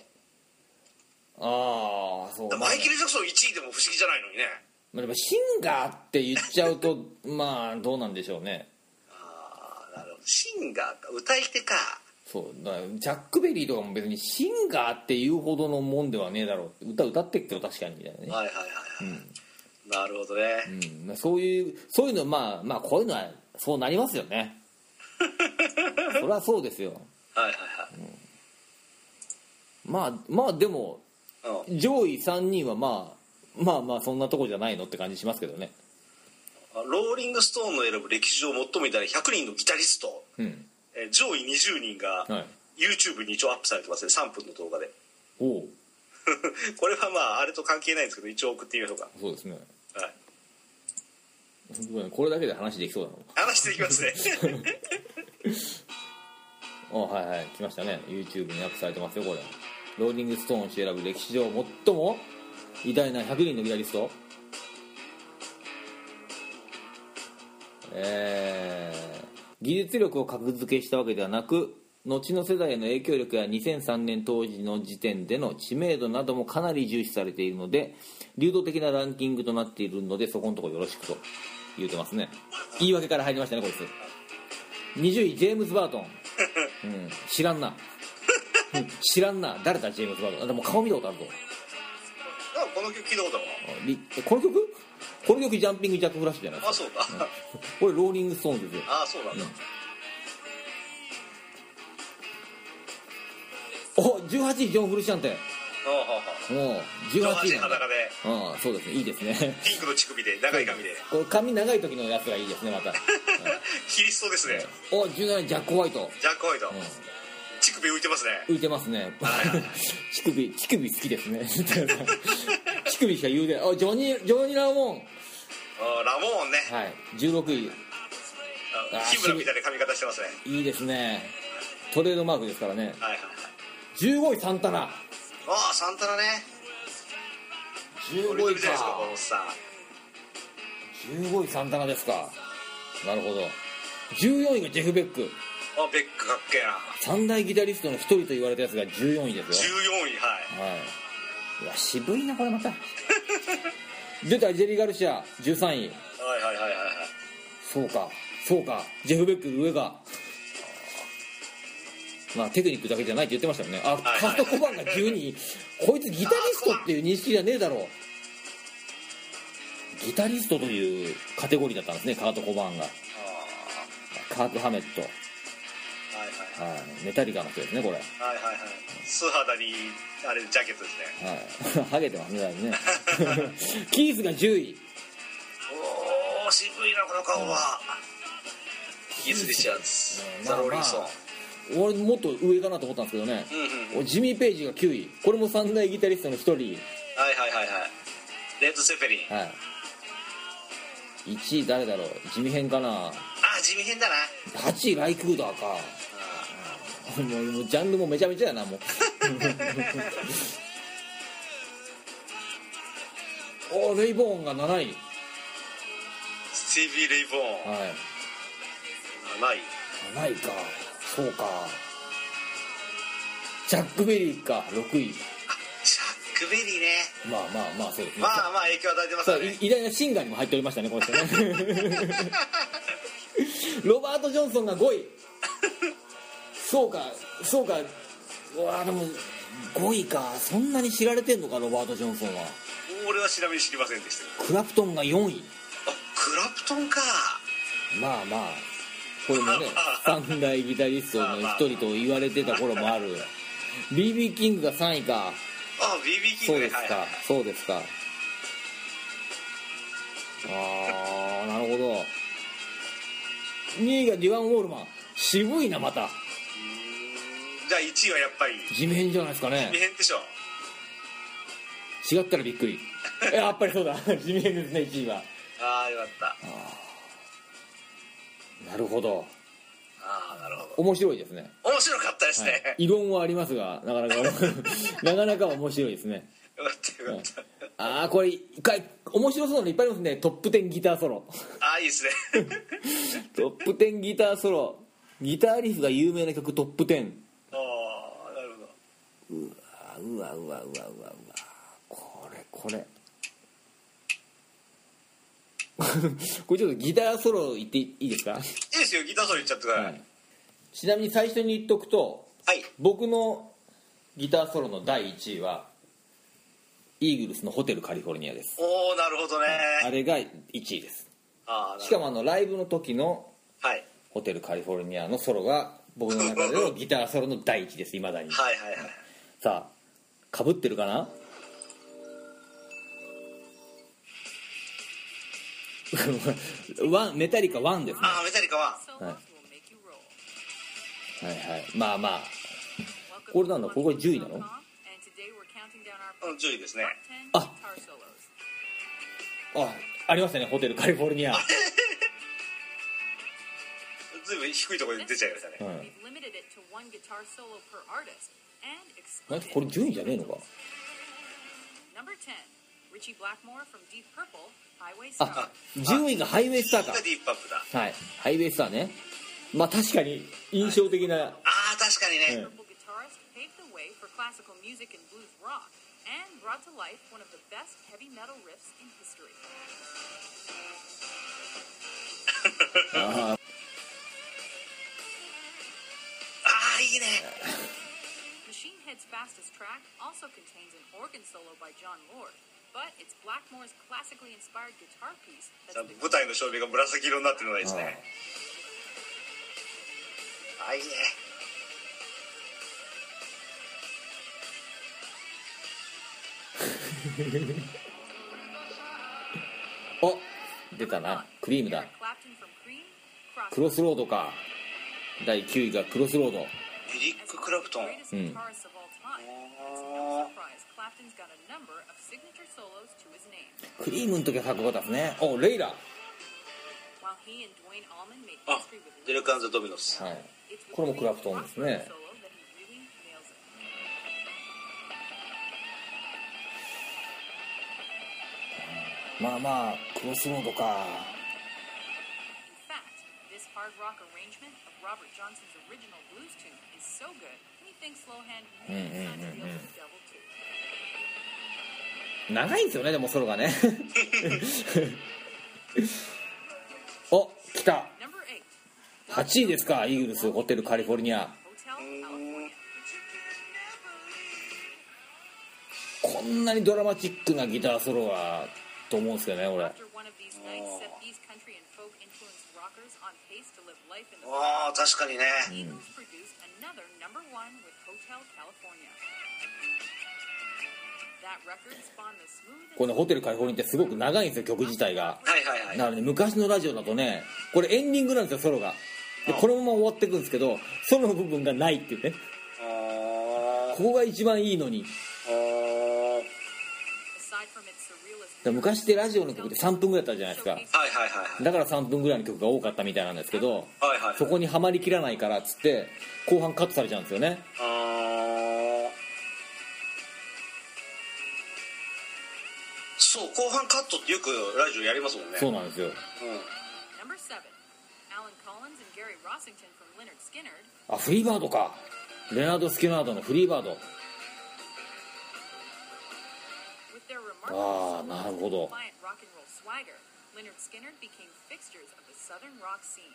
A: ああそうまあ
B: マイケル・ジャクソン1位でも不思議じゃないのにね
A: まあでもシンガーって言っちゃうと [laughs] まあどうなんでしょうね
B: ああなるほどシンガーか歌い手か
A: そうだからジャック・ベリーとかも別にシンガーっていうほどのもんではねえだろう歌歌ってっけど確かにみたいなね、
B: はいはいはいはい、なるほどね、
A: うんまあ、そういうそういうのまあまあこういうのはそうなりますよね [laughs] そりゃそうですよ
B: はいはい
A: まあまあでも
B: はい、うん
A: 上位3人はまあまあまあそんなとこじゃないのって感じしますけどね
B: ローリング・ストーンの選ぶ歴史上最も偉大な100人のギタリスト、
A: うん
B: えー上位20人が
A: はい
B: YouTube に一応アップされてますね3分の動画で [laughs]
A: おおう
B: これはまああれと関係ないんですけど一応送ってみましょうか、
A: そうですね
B: はい、
A: 本当だねこれだけで話できそうだな
B: 話していきますね
A: おはいはい来ましたね YouTube にアップされてますよこれローリングストーン氏選ぶ歴史上最も偉大な100人のギタリストえー技術力を格付けしたわけではなく後の世代への影響力や2003年当時の時点での知名度などもかなり重視されているので流動的なランキングとなっているのでそこのところよろしくと言うてますね言い訳から入りましたねこいつ20位ジェームズ・バートン、うん、知らんな、 [laughs] うん知らんな誰だジェームズ・バートンあでも顔見たことあるぞ
B: [laughs] あこの曲聞いたことある
A: ありこの曲この曲ジャンピング・ジャック・フラッシュじゃないで
B: わあ
A: すか
B: そうか、 [laughs]
A: これローリング・ストーンズですよ
B: あそうなんだ、
A: お18位ジョン・フルシャンテ
B: あはは
A: もう
B: 上
A: 18
B: 半
A: 位
B: 身
A: なんだ
B: 裸で
A: ああそうですねいいですね [laughs]
B: ピンクの乳首で長い髪で
A: これ髪長い時のやつがいいですねまた
B: キリストですね
A: お17位ジャック・ホワイト、
B: ジャックホワイト、
A: う
B: 乳首浮いてますね
A: ん、浮いてますね
B: はい
A: [laughs] 乳首乳首好きですね乳首しか言うでおジョニー・ジョニー・ラモン
B: あラモーンね
A: はい16位
B: あ
A: あ
B: 日村みたいな髪型してますね
A: いいですねトレードマークですからね
B: はいはいはい
A: 15位サンタナ
B: ああサンタナね俺
A: 15
B: と
A: 位
B: りじゃないですかこ
A: か
B: のおっさん
A: 15位サンタナですかなるほど14位がジェフ・ベック
B: あベックかっけえな
A: 三大ギタリストの一人と言われたやつが14位ですよ
B: 14位はい
A: はいいや渋いなこれまた出たジェリー・ガルシア13位
B: はいはいはいはいはい
A: そうかそうかジェフ・ベックの上がまあテクニックだけじゃないって言ってましたよねあ
B: はい
A: カート・コバンが12位こいつギタリストっていう認識じゃねえだろうギタリストというカテゴリーだったんですねカート・コバンがカート・ハメット、
B: あーはいはい
A: はい、メタリカの人ですねこれ
B: はいはいはい素肌にあれジャケットですね
A: はい、 [laughs] ハゲてますねだいぶねキースが10位
B: おお渋いなこの顔はキース・リチャー
A: うん
B: ズザ・ローリングソン
A: まあ俺もっと上かなと思ったんですけどね
B: うんうんうん
A: おジミー・ペイジが9位これも三大ギタリストの1人、
B: はいはいはいはいレッド・セペリン
A: はい、1位誰だろう地味編かな
B: あ地味変だな
A: 8位ライクーダーか
B: あ
A: もうもうジャンルもめちゃめちゃやなもうおレイ・ボーンが7位、
B: ースティービー・レイ・ボーン
A: はい、
B: ない
A: 7位かそうかジャック・ベリーか6位
B: ジャック・ベリーね
A: まあまあまあそうですね、
B: まあまあ影響与えてます
A: さ
B: よ
A: あい
B: ね
A: 偉大なシンガーにも入っておりましたねこの人ね [laughs] ロバート・ジョンソンが5位そうかそうかうわあでも5位かそんなに知られてんのかロバート・ジョンソンは
B: 俺はちなみに知りませんでしたけど
A: クラプトンが4位
B: あクラプトンか
A: まあまあこれもね三大ギタリストの一人と言われてた頃もある BB キングが3位か
B: あ BB キン
A: そう
B: グ
A: で
B: ね
A: すか
B: はいはい
A: そうですかああなるほど2位がディワン・ウォールマン渋いなまた
B: じゃあ1位はやっぱり
A: 地面じゃないですかね
B: 味変でしょ
A: 違ったらびっくりえやっぱりそうだ地面ですね1位は
B: ああよかった
A: なるほど
B: ああなるほ
A: 面白いですね、
B: ど面白かったです
A: は
B: ね、
A: い、異論はありますがなかなか [laughs] なかなか面白いですね
B: よかったよかった、
A: ああこれ一回面白そうなのいっぱいありますねトップ10ギターソロ
B: ああいいですね
A: トップ10ギターソロギターリフが有名な曲トップ10
B: [laughs] ああなるほど
A: あうわうわうわうわうわこれこれ [laughs] これちょっとギターソロ言っていいですか、
B: いいですよギターソロ言っちゃってください
A: はい、ちなみに最初に言っとくと
B: はい
A: 僕のギターソロの第1位はイーグルスのホテルカリフォルニアです
B: おおなるほどね
A: あれが1位です
B: ああ
A: し
B: な
A: か
B: るほ
A: もあのライブの時の
B: どはい
A: ホテルカリフォルニアのソロが僕の中でのギターソロの第1ですいまだに
B: はいはいはい
A: さあかぶってるかな [laughs] ワンメタリカ1ですね
B: ああメタリカは
C: Someone will make you roll.
A: はいはいまあまあ
C: Welcome
A: これなんだ、
C: to
A: ここが10位な
C: 101.com,
A: の？
C: and today we're counting down our
B: うん10位ですね
C: 10
A: あ。
C: guitar solos.
A: あありましたねホテルカリフォルニア
B: ずいぶん低いところで出ちゃいましたね、
A: うん。なんかこれ順位じゃねえのか
D: Number 10, Richie Blackmore from Deep Purple, Highway
A: あ
D: Star.
A: 順位がハイウェイスター
B: これがディープアップだ
A: かはいハイウェイスターねまあ確かに印象的な、
B: あー確かにね、
A: うん
D: Purple guitarist paved the way for classical music and blues rock and brought to life one of the best heavy metal riffs in history.
B: ああいいね
D: Machine Head's fastest track also contains an organ solo by John Lord, but it's Blackmore's classically inspired guitar piece
B: ちゃ
D: that's
B: んと舞台の照明が紫色になってるのがいいですねああいいね
A: お出たなクリームだ
D: Eric Clapton from Cream,
A: クロスロードか第9位がクロスロード
B: エリック・クラプトン
D: Greatest
A: Mm.
D: guitarist of all time. It's no surprise Clapton's got a number of signature solos to his name.
A: クリームの時はかっこよかったですねおレイラ
D: While he and Dwayne Allman made
B: あ
D: history with
B: デルカンザ・ドミノス
A: はい
D: it's with
A: これも
D: Dwayne's
A: クラプトンですね
D: rock solo that he really nails it.
A: まあまあクロスロードか
D: In fact, this hard rock arrangement of Robert Johnson's original blues tune is so good, he thinks Lohan may have to deal with the devil too.
A: 長いんですよねでもソロが [laughs] ねお来た
D: Number 8,
A: 8位ですかイーグルスホテルカリフォルニア
D: Hotel California.
A: こんなにドラマチックなギターソロはと思うんですけどね俺
D: After one of these nights set these country and folk influenced rockers on pace to live life in the
B: ああ確かにね
D: Eagles produced another number one with Hotel California. That record spawned the smooth
A: このホテルカリフォルニアってすごく長いんですよ曲自体が
B: はいはいはい
A: なので昔のラジオだとねこれエンディングなんですよソロがでこのまま終わっていくんですけどソロの部分がないっていうね
B: あ
A: ここが一番いいのに
B: ーあー
D: aside from its surrealist
A: で昔ってラジオの曲って3分ぐらいだったじゃないですか
B: はいはいはいはい
A: だから3分ぐらいの曲が多かったみたいなんですけど
B: はいはい
A: そこにはまりきらないからっつって後半カットされちゃうんですよね
B: あーそう後半カットってよくラジオやりますもんね
A: そうなんですよ
B: うん、
D: Number seven, Alan Collins and Gary Rossington from Leonard Skinner.
A: あフリーバードかレナード・スキナードのフリーバード
D: With their
A: あー
D: remarkable
A: な
D: solo
A: る
D: and
A: ほど
D: defiant rock and roll swagger, Leonard Skinner became fixtures of the southern rock scene.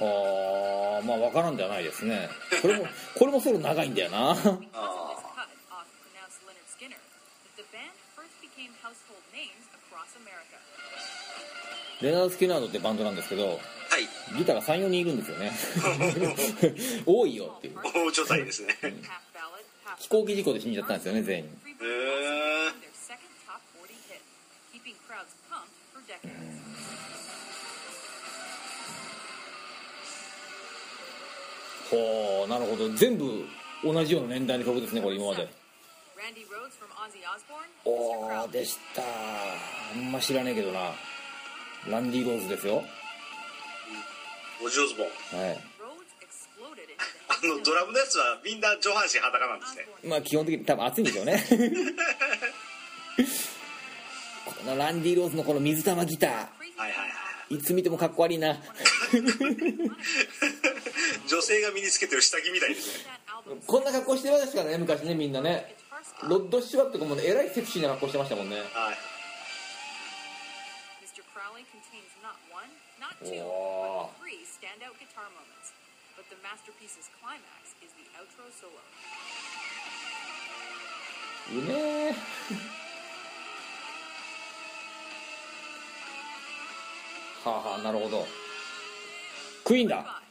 A: はあまあわからんではないですねこれも [laughs] これもソロ長いんだよな [laughs]
D: Because of this cut off pronounced Leonard Skinner, that the band first became household names across America.
A: レナード・スキナードってバンドなんですけど
B: はい
A: ギターが34人いるんですよね [laughs] 多いよっていう
B: 大状態ですね
D: Half ballad, half
A: 飛行機事故で死んじゃったんですよね全員
B: へー。
D: Their second top 40 hit, keeping crowds pumped for decades.
A: ほうなるほど全部同じような年代の曲ですねこれ今まで
D: Randy Rhodes from Ozzy Osbourne, Mr.
A: おー
D: Crowley.
A: でしたあんま知らねえけどなランディ・ローズですよ
B: おジオズボン
A: は
D: Rhodes exploded into the
B: あ
D: heavy
B: の
D: metal
B: ドラムのやつはみんな上半身裸なんですね
D: Osbourne
A: いまあ基本的に多分暑いんでしょう [laughs] ねこのランディ・ローズのこの水玉ギタ
D: crazy
B: はいはいはい
A: ーいつ見てもかっこ悪いな
B: 女性が身につけてる下着みたいですね
D: that album
A: こんな格好してましたからね昔ねみんなね
D: guitar skill.
A: ロッド・シュワットとかもねえらいセクシーな格好してましたもんね
B: はい
D: Mr. Crowley contains not one, not two,
A: Wow.
D: but three standout guitar moments. But the masterpiece's climax is the outro solo.
A: いいねはあはあなるほどクイーンだ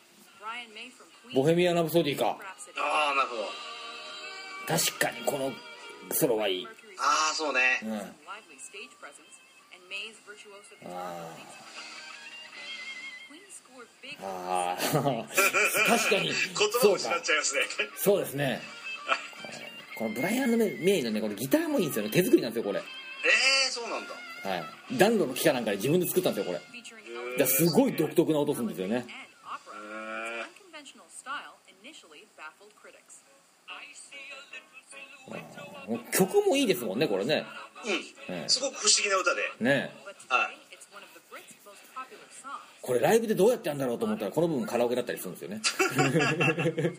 D: Five, Brian May from Queen.
A: ボヘミアン・ラブソディか
D: Rhapsody.
B: ああなるほど
A: 確かにこのソロはいい、
D: Mercury's
B: ああそうね
A: うん、
D: lively stage presence and May's virtuoso guitar abilities. Queen scored big.
A: ああ [laughs] 確かに
B: 言葉
A: そ
B: を
A: う
B: 失っ
A: か
B: ちゃいますね
A: そうですね [laughs] このブライアンのメメイのねこのギターもいいんですよね手作りなんですよこれ、
B: ええー、そうなんだ
A: はい、暖炉の木かなんかで自分で作ったんですよこれだ
D: featuring
A: からすごい独特な音するんですよね
D: and opera
A: もう曲もいいですもんねこれね
B: うん、すごく不思議な歌で
A: ね
D: But
B: Ah.
D: today, it's one of the Brits' most popular songs.
A: これライブでどうやってやるんだろうと思ったらこの部分カラオケだったりするんですよね
D: Incredible air solos ever. And the song wouldn't be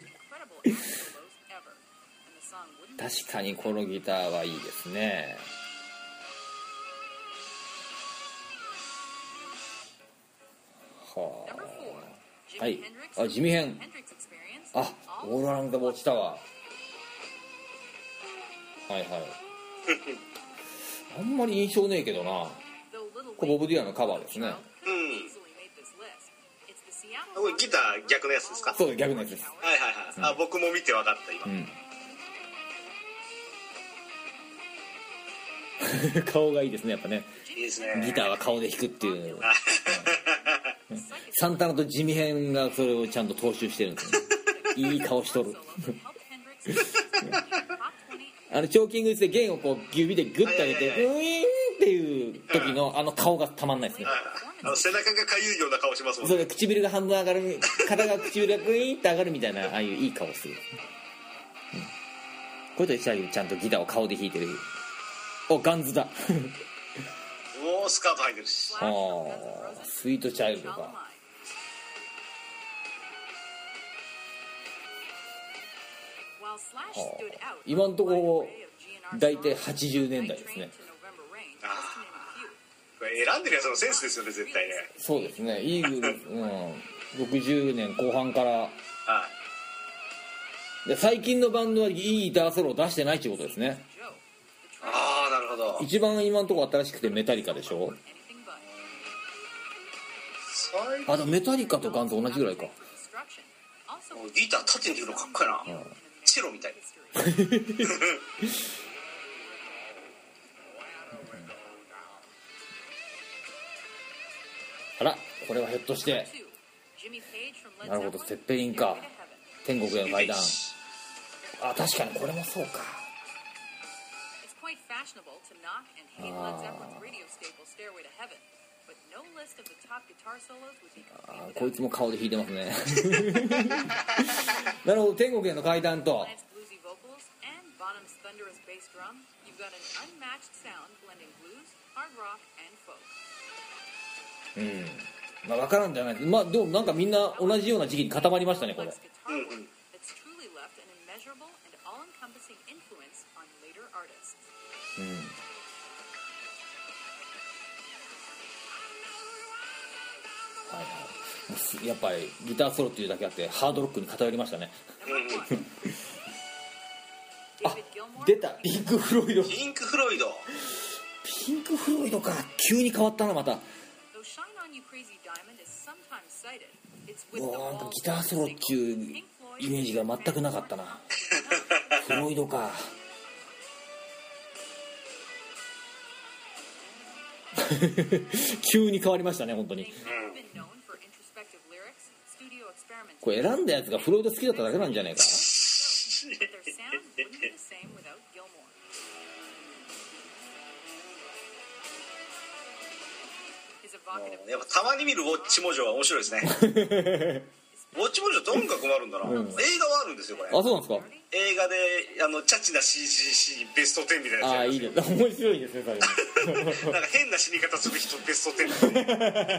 A: 確かにこのギターはいいですねは
D: number four.
A: Ay.
D: Jimi Hendrix.
A: Ah, Jimi Hen-
D: Hendrix experience.
A: ああ
D: All
A: オールアラウンドウォッチタワーはいはいあんまり印象ねえけどな
D: though little
A: これボブ・ディランの
D: Wayne
A: カバーですね
D: Child easily made this list. It's the Seattle
B: これギター逆のやつですか
A: そうです逆のやつです
B: はいはいはい、あ僕も見て分かった今、
A: うん [laughs] 顔がいいですねやっぱね
B: いいですね
A: ギターは顔で弾くっていう [laughs]
B: あ
D: Psychic
A: サンタナと地味編がそれをちゃんと踏襲してるんですよねいい顔しと
D: [laughs] solo
A: る
D: that helped Hendrix
A: [laughs]
D: in the top 20
A: あのチョーキングして弦をこう指でグッと上げて
B: はいはい
A: ウィーンっていう時のあの顔がたまんないですね
B: あの背中がかゆいような顔しますもん
A: そ
B: ね
A: れで唇が半分上がる肩が唇がグイーンって上がるみたいなああいういい顔する、うんこれと一緒にちゃんとギターを顔で弾いてるおガンズだ
B: もうスカート履いてるし
D: Flash
A: あ
D: of Guns N'
A: あ
D: Roses.
A: スイートチャイルド
D: Child of
A: か
D: Mine.
A: はあ
D: あ
A: 今んとこ大体80
D: 80
A: 年代ですね
B: これ選んでるやつのセンスですよね絶対ね
A: そうですねイーグル、うん、60年後半から
B: はい
A: で最近のバンドはいいギターソロを出してないってことですね
B: ああなるほど
A: 一番今のところ新しくてメタリカでしょ
B: 最
A: あでもメタリカとガンズ同じぐらいか
B: 後ギター立ってんけどかっこいいな、チェロ
A: [laughs]
B: みたい
A: あらこれはひょっとしてな
D: な
A: るほどセッペリンか天国への階段あ確かにこれもそうかあこいつも顔で弾いてますね [laughs] なるほど天国への階段と
D: Lance bluesy vocals and Bonham's thunderous bass drum, you've got an unmatched sound blending blues, hard rock, and folk.
A: まあ分からんじゃないまあでもなんかみんな同じような時期に固まりましたねこれ
D: Complex guitar work that's truly left an immeasurable and all-encompassing influence on later artists.
A: はいはいもうすやっぱりギターソロっていうだけあってハードロックに偏りましたね
D: Number one. David Gilmour
A: 出たピンク・フロイド
B: ピンク・フロイド
A: ピンク・フロイドか急に変わったなまた
D: Though Shine On You Crazy Diamond is sometimes cited, it's
A: う
D: with
A: わ
D: the
A: なんか
D: Wall
A: ギターソロっていう
D: Pink Floyd
A: イメージが全くなかったなフロイドか [laughs] 急に変わりましたね本当
D: They
A: に
D: may have been known for introspective lyrics, studio experiments,
A: これ選んだやつがフロイド好きだっただけなんじゃねえか
D: but their sound wouldn't be the same without Gilmour.
B: やっぱたまに見るウォッチモジョは面白い [laughs] ですねウォッチモジョどんが困るんだな、映画はあるんですよこれ
A: あそうなんですか
B: 映画であのチャチな CGC ベスト10みたいな
A: ああー
B: やつ
A: いいです [laughs] 面白いですねそれ
B: なんか変な死に方する人ベスト10だ,、ね、だか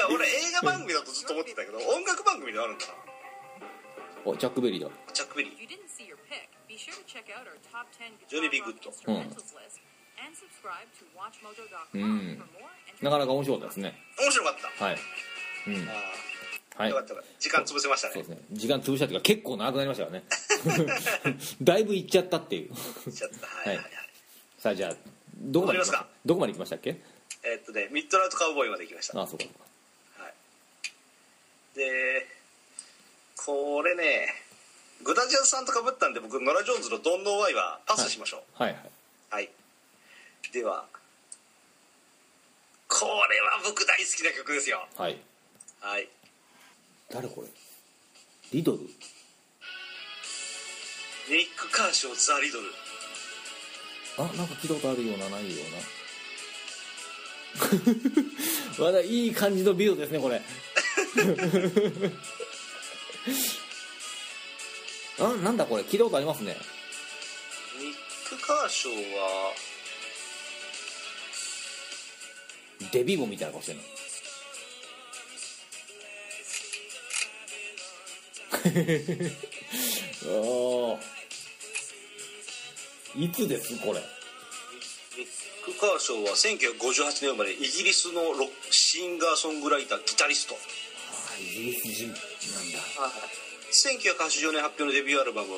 B: ら俺映画番組だとずっと思ってたけど音楽番組ではあるんだな
A: おジャックベリーだ
B: チャックベリー
D: If you didn't see your pick, be sure to check out our top 10
B: Johnny
D: guitar
B: B.
D: rock
B: Goode.
D: instrumentals list and subscribe to watchmojo.com
A: Mm.
D: for more
A: なかなか面白かったですね
B: 面白かった、
A: はいうんは
B: よかった時間潰せました
A: そう
B: ね
A: ですね時間潰したというか結構長くなりましたからね [laughs] だいぶいっちゃったっていう
B: ちょっとはいはいはい、
A: さあじゃあどこまで行きました
B: 戻りますか
A: どこまで行きましたっけ
B: えっとねミッドナイトカウボーイまで行きました
A: ああそうかそうか
B: はい、でこれねグダジアンさんとかぶったんで僕ノラ・ジョーンズの「ドンノー・ワイ」はパスしましょ
A: はいはいう
B: はい、ではこれは僕大好きな曲ですよ
A: はい
B: はい
A: 誰これリドル
B: ニック・カーショーザ・リドル
A: あなんか聞いたことあるようなないような [laughs] まだいい感じのビデオですねこれ [laughs] あうんなんだこれ聞いたことありますね
B: ニック・カーショーは
A: デビゴみたいな顔 [laughs] してるのあーいつですこれ
B: ニック・カーショーは1958年生まれイギリスのロックシンガーソングライターギタリスト
A: イギリス人なんだ
B: 1984年発表のデビューアルバム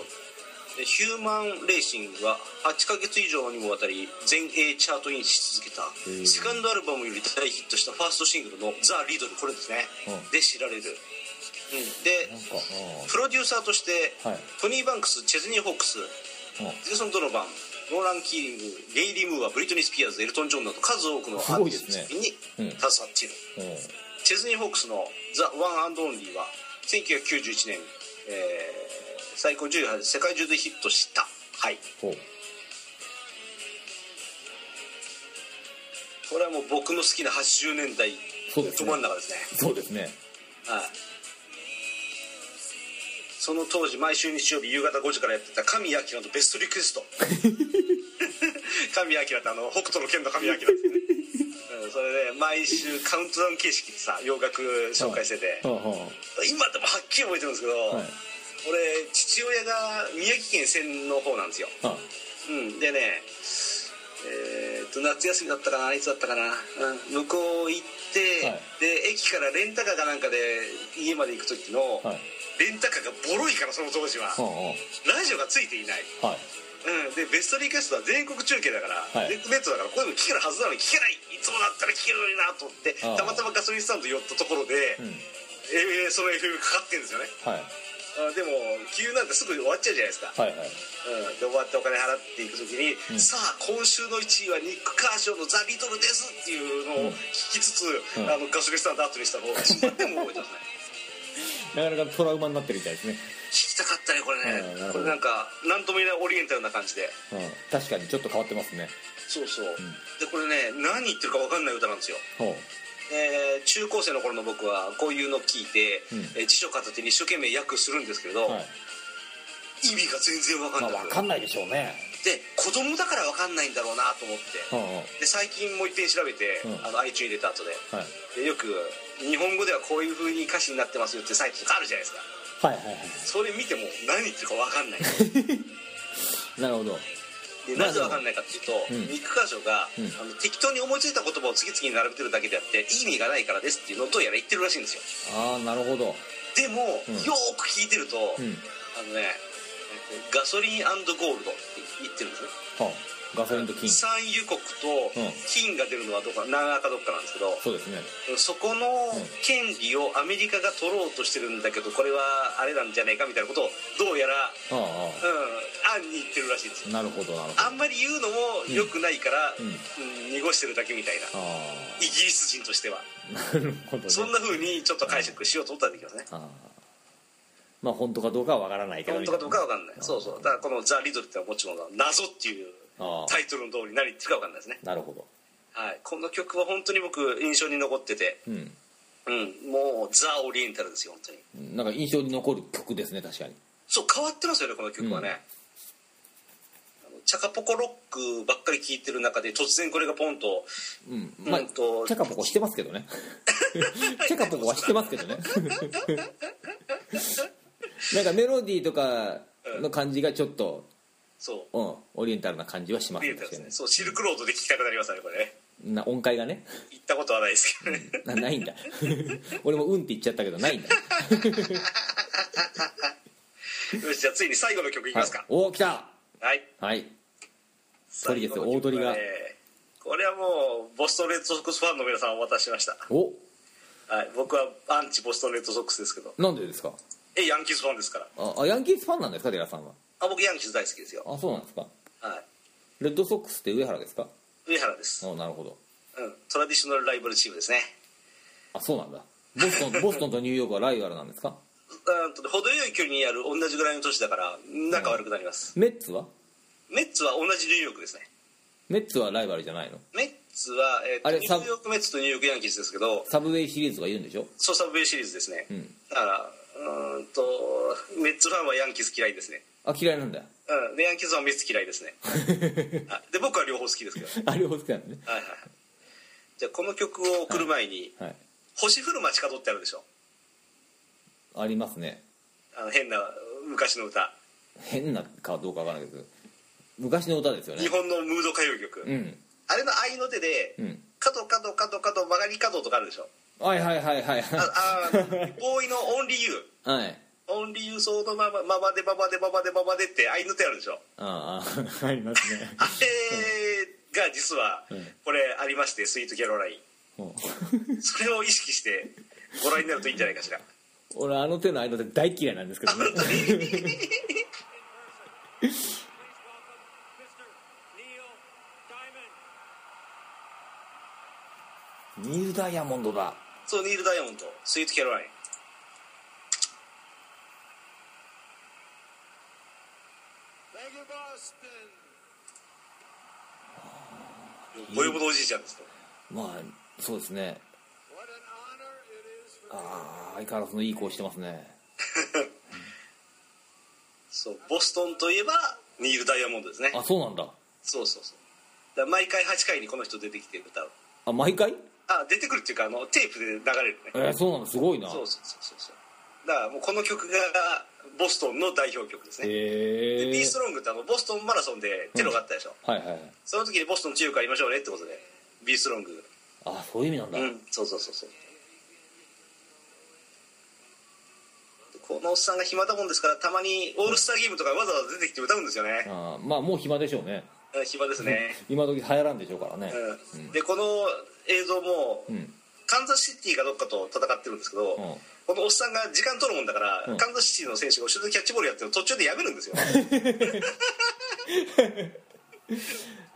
B: 「ヒューマン・レーシング」は8ヶ月以上にもわたり全英チャートインし続けた
A: へえ
B: セカンドアルバムより大ヒットしたファーストシングルの「ザ・リードル」これですね、
A: うん
B: で知られる、うん、で
A: なんかあ
B: プロデューサーとして、
A: はい
B: トニー・バンクスチェズニー・ホークス
A: ーうん
B: ジェソン・ドノバンノーラン・キーリングゲイリー・ムーアブリトニー・スピアーズエルトン・ジョンなど数多くのアーティスト
A: すごいですね
B: に
A: うん
B: 携わっている、
A: うん
B: チェズニー・ホークスの「ザ・ワン・アンド・オンリー」は1991年、えー最高18世界中でヒットしたはい
A: ほう
B: これはもう僕の好きな80年代
A: そうです
B: ど
A: ね
B: 真ん中ですね
A: そうですね
B: はいその当時毎週日曜日夕方5時からやってた神谷明のベストリクエス
A: [laughs]
B: ト神谷明ってあの北斗の拳の神谷明ですね、うん、それで毎週カウントダウン形式でさ洋楽紹介してて
A: はあは
B: 今でもはっきり覚えてるんですけど、
A: あはい
B: 俺父親が宮城県仙の方なんですよ、
A: あ
B: うん、でねえーっと夏休みだったかないつだったかな、うん、向こう行って、
A: はい
B: で駅からレンタカーかなんかで家まで行く時の、
A: はい
B: レンタカーがボロいからその当時は、
A: はあは
B: ラジオがついていない、
A: あはい
B: うん、でベストリクエストは全国中継だから、
A: はい
B: ネットネットだからこういうの聞けるはずなのに聞けないいつもだったら聞けるのになと思って
A: ああ
B: たまたまガソリンスタンド寄ったところで、
A: うん
B: えーその FM かかってるんですよね
A: はい
B: あでも急なんてすぐ終わっちゃうじゃないですか、
A: はいはい
B: うん、で終わってお金払っていく時に、
A: うん
B: さあ今週の1位はニック・カーショーの「ザ・リトル」ですっていうのを聞きつつ、
A: うん
B: あのガソリンスタンド後にしたのを今でも覚え
A: な
B: てますね
A: かなかトラウマになってるみたいですね
B: 聞きたかったねこれね
A: うんなるほど
B: これなんか何とも言えないオリエンタルな感じで
A: うん確かにちょっと変わってますね
B: そうそう、
A: ん
B: でこれね何言ってるか分かんない歌なんですよ
A: ほう
B: えー中高生の頃の僕はこういうの聞いて、
A: うん
B: えー辞書片手に一生懸命訳するんですけど、
A: はい
B: 意味が全然分かん
A: ま
B: な
A: あ
B: い、
A: わかんないでしょうね
B: で子供だから分かんないんだろうなと思って、
A: うんうん
B: で最近もう一遍調べて、
A: うん
B: あの iTunes 入れた後で
A: はい
B: でよく日本語ではこういう風に歌詞になってますよってサイトとかあるじゃないですか
A: はいはいは
B: それ見ても何言ってるか分かん
A: [laughs]
B: ない
A: いなるほど
B: でなぜ分かんないかっていうと、
A: うん
B: ニック・カーショーが、
A: うん
B: あの適当に思いついた言葉を次々に並べてるだけであって意味がないからですっていうのをどうやら言ってるらしいんですよ
A: ああなるほど
B: でも、
A: うん
B: よーく聞いてると、
A: うん
B: あのねえっとガソリンゴールドって言ってるんですね
A: はあガソリンと金
B: 産油国と
A: うん
B: 金が出るのはどこか長かどっかなんですけど、
A: そうですね
B: そこの権利をアメリカが取ろうとしてるんだけどこれはあれなんじゃないかみたいなことをどうやら、
A: ああ
B: うん、案に言ってるらしいんです
A: ああなる
B: よ
A: ほどなるほど
B: あんまり言うのも良くないから、
A: うん
B: うん濁してるだけみたいな
A: あ
B: イギリス人としては
A: あなるほどね
B: そんな風にちょっと解釈しようと思ったらできますね
A: ああまあ本当かどうかはわからないけど
B: 本当かどうかは分かんないそうそうだからこの「ザ・リドル」ってのはもちろん謎っていう
A: ああ
B: タイトルの通り何言ってるか分かんないですね、
A: なるほど
B: はい、この曲は本当に僕印象に残ってて、
A: うん
B: うん、もうザ・オリエンタルですよ本当に
A: なんか印象に残る曲ですね確かに
B: そう変わってますよねこの曲はね、あのチャカポコロックばっかり聴いてる中で突然これがポンと
A: うんまあ
B: うんと
A: チャカポコしてますけど
B: [laughs]
A: ねチャカポコはしてますけどねなんかメロディーとかの感じがちょっと、
B: そ
A: うん、オリエンタルな感じはしま
B: う見
A: す
B: え
A: ね
B: て
A: 確
B: ま
A: か
B: す
A: に
B: ねそうシルクロードで聴きたくなりますよねこれね
A: な音階が
B: [laughs]
A: ね
B: 行ったことはないですけどね
A: なないんだ俺も「うん」って言っちゃったけどないん
B: [laughs]
A: だ
B: [laughs] よしじゃあついに最後の曲いきますか
A: おお来た
B: はい、
A: はい
B: 最後の
A: 鳥です大
B: 曲
A: 鳥が
B: はねこれはもうボストンレッドソックスファンの皆さんお渡ししました、
A: お
B: はい、僕はアンチボストンレッドソックスですけど
A: なんでですか
B: えヤンキースファンですから
A: ああヤンキースファンなんですか寺さんは
B: あ僕ヤンキース大好きですよ、
A: あそうなんですか
B: は
A: レッドソックスって上原ですか
B: い、上原です、
A: おなるほど
B: うん、トラディショナルライバルチームですね
A: あそうなんだボストンボストンとニューヨークはライバルなんですか
B: うんと程よい距離にある同じぐらいの都市だから仲悪くなります、
A: メッツは
B: メッツは同じニューヨークですね
A: メッツはライバルじゃないの
B: メッツは、えーと
A: あれ
B: ニ
A: サ
B: ュ
A: ブ
B: ーヨークメッツとニューヨークヤンキースですけど
A: サブウェイシリーズがいるんでしょ
B: そうサブウェイシリーズですね、
A: うん
B: だからうーんとメッツファンはヤンキース嫌いですね
A: あ嫌いなんだ
B: うんでヤンキースはメッツ嫌
A: [laughs]
B: いですねあで僕は両方好きですけど
A: あ両方好きなんだね
B: はいはいじゃあこの曲を送る前に
A: はい
B: 「星降る街角」ってあるでしょ
A: ありますね
B: あの変な昔の歌
A: 変なかどうかわからないけど昔の歌ですよね
B: 日本のムード歌謡曲、
A: うん
B: あれの合いの手で
A: うん
B: 角角角角曲がり角とかあるでしょ
A: はいはいはいはいは
B: ああーボーイの「オンリーユー」
A: いはい
B: 「オンリーユーソーのままままでままでままでままで」って合いの手あるでしょ
A: ああありますね
B: あれが実は
A: うん
B: これありまして「スイートキャロライ
A: も
B: ン」それを意識してご覧になるといいんじゃないかしら
A: う俺あの手の間で大嫌いなんですけどね
E: Please welcome Mr. Neil Diamond.
A: ニール・ダイヤモンドだ
B: そうニール・ダイヤモンド「スイートキャロライン」
E: Thank you, Boston.
B: ボヨボのおじいちゃんですと
A: まあそうですね
E: What an honor it is for
A: ああ相変わらずのいい顔してますね
B: そうボストンといえばニール・ダイヤモンドですね
A: あそうなんだ
B: そうそうそうだから毎回8回にこの人出てきて歌う
A: あ毎回
B: あ出てくるっていうかあのテープで流れるね
A: えー、そうなんだすごいな
B: そうそうそうそうそうだからもうこの曲がボストンの代表曲ですね、
A: へえ
B: ビーストロングってあのボストンマラソンでテロがあったでしょ、
A: はいはいはい
B: その時にボストンの強くありましょうねってことでビーストロング
A: あそういう意味なんだ、
B: うんそうそうそうそうこのおっさんが暇だもんですからたまにオールスターゲームとかわざわざ出てきて歌うんですよね、
A: あーまあもう暇でしょうね
B: うん、暇ですね、
A: [laughs] 今時流行らんでしょうからね
B: うんでこの映像も、
A: うん
B: カンザスシティかどっかと戦ってるんですけど、
A: ん
B: このおっさんが時間取るもんだから、
A: うん
B: カンザスシティの選手が後ろでキャッチボールやってる途中でやめるんですよ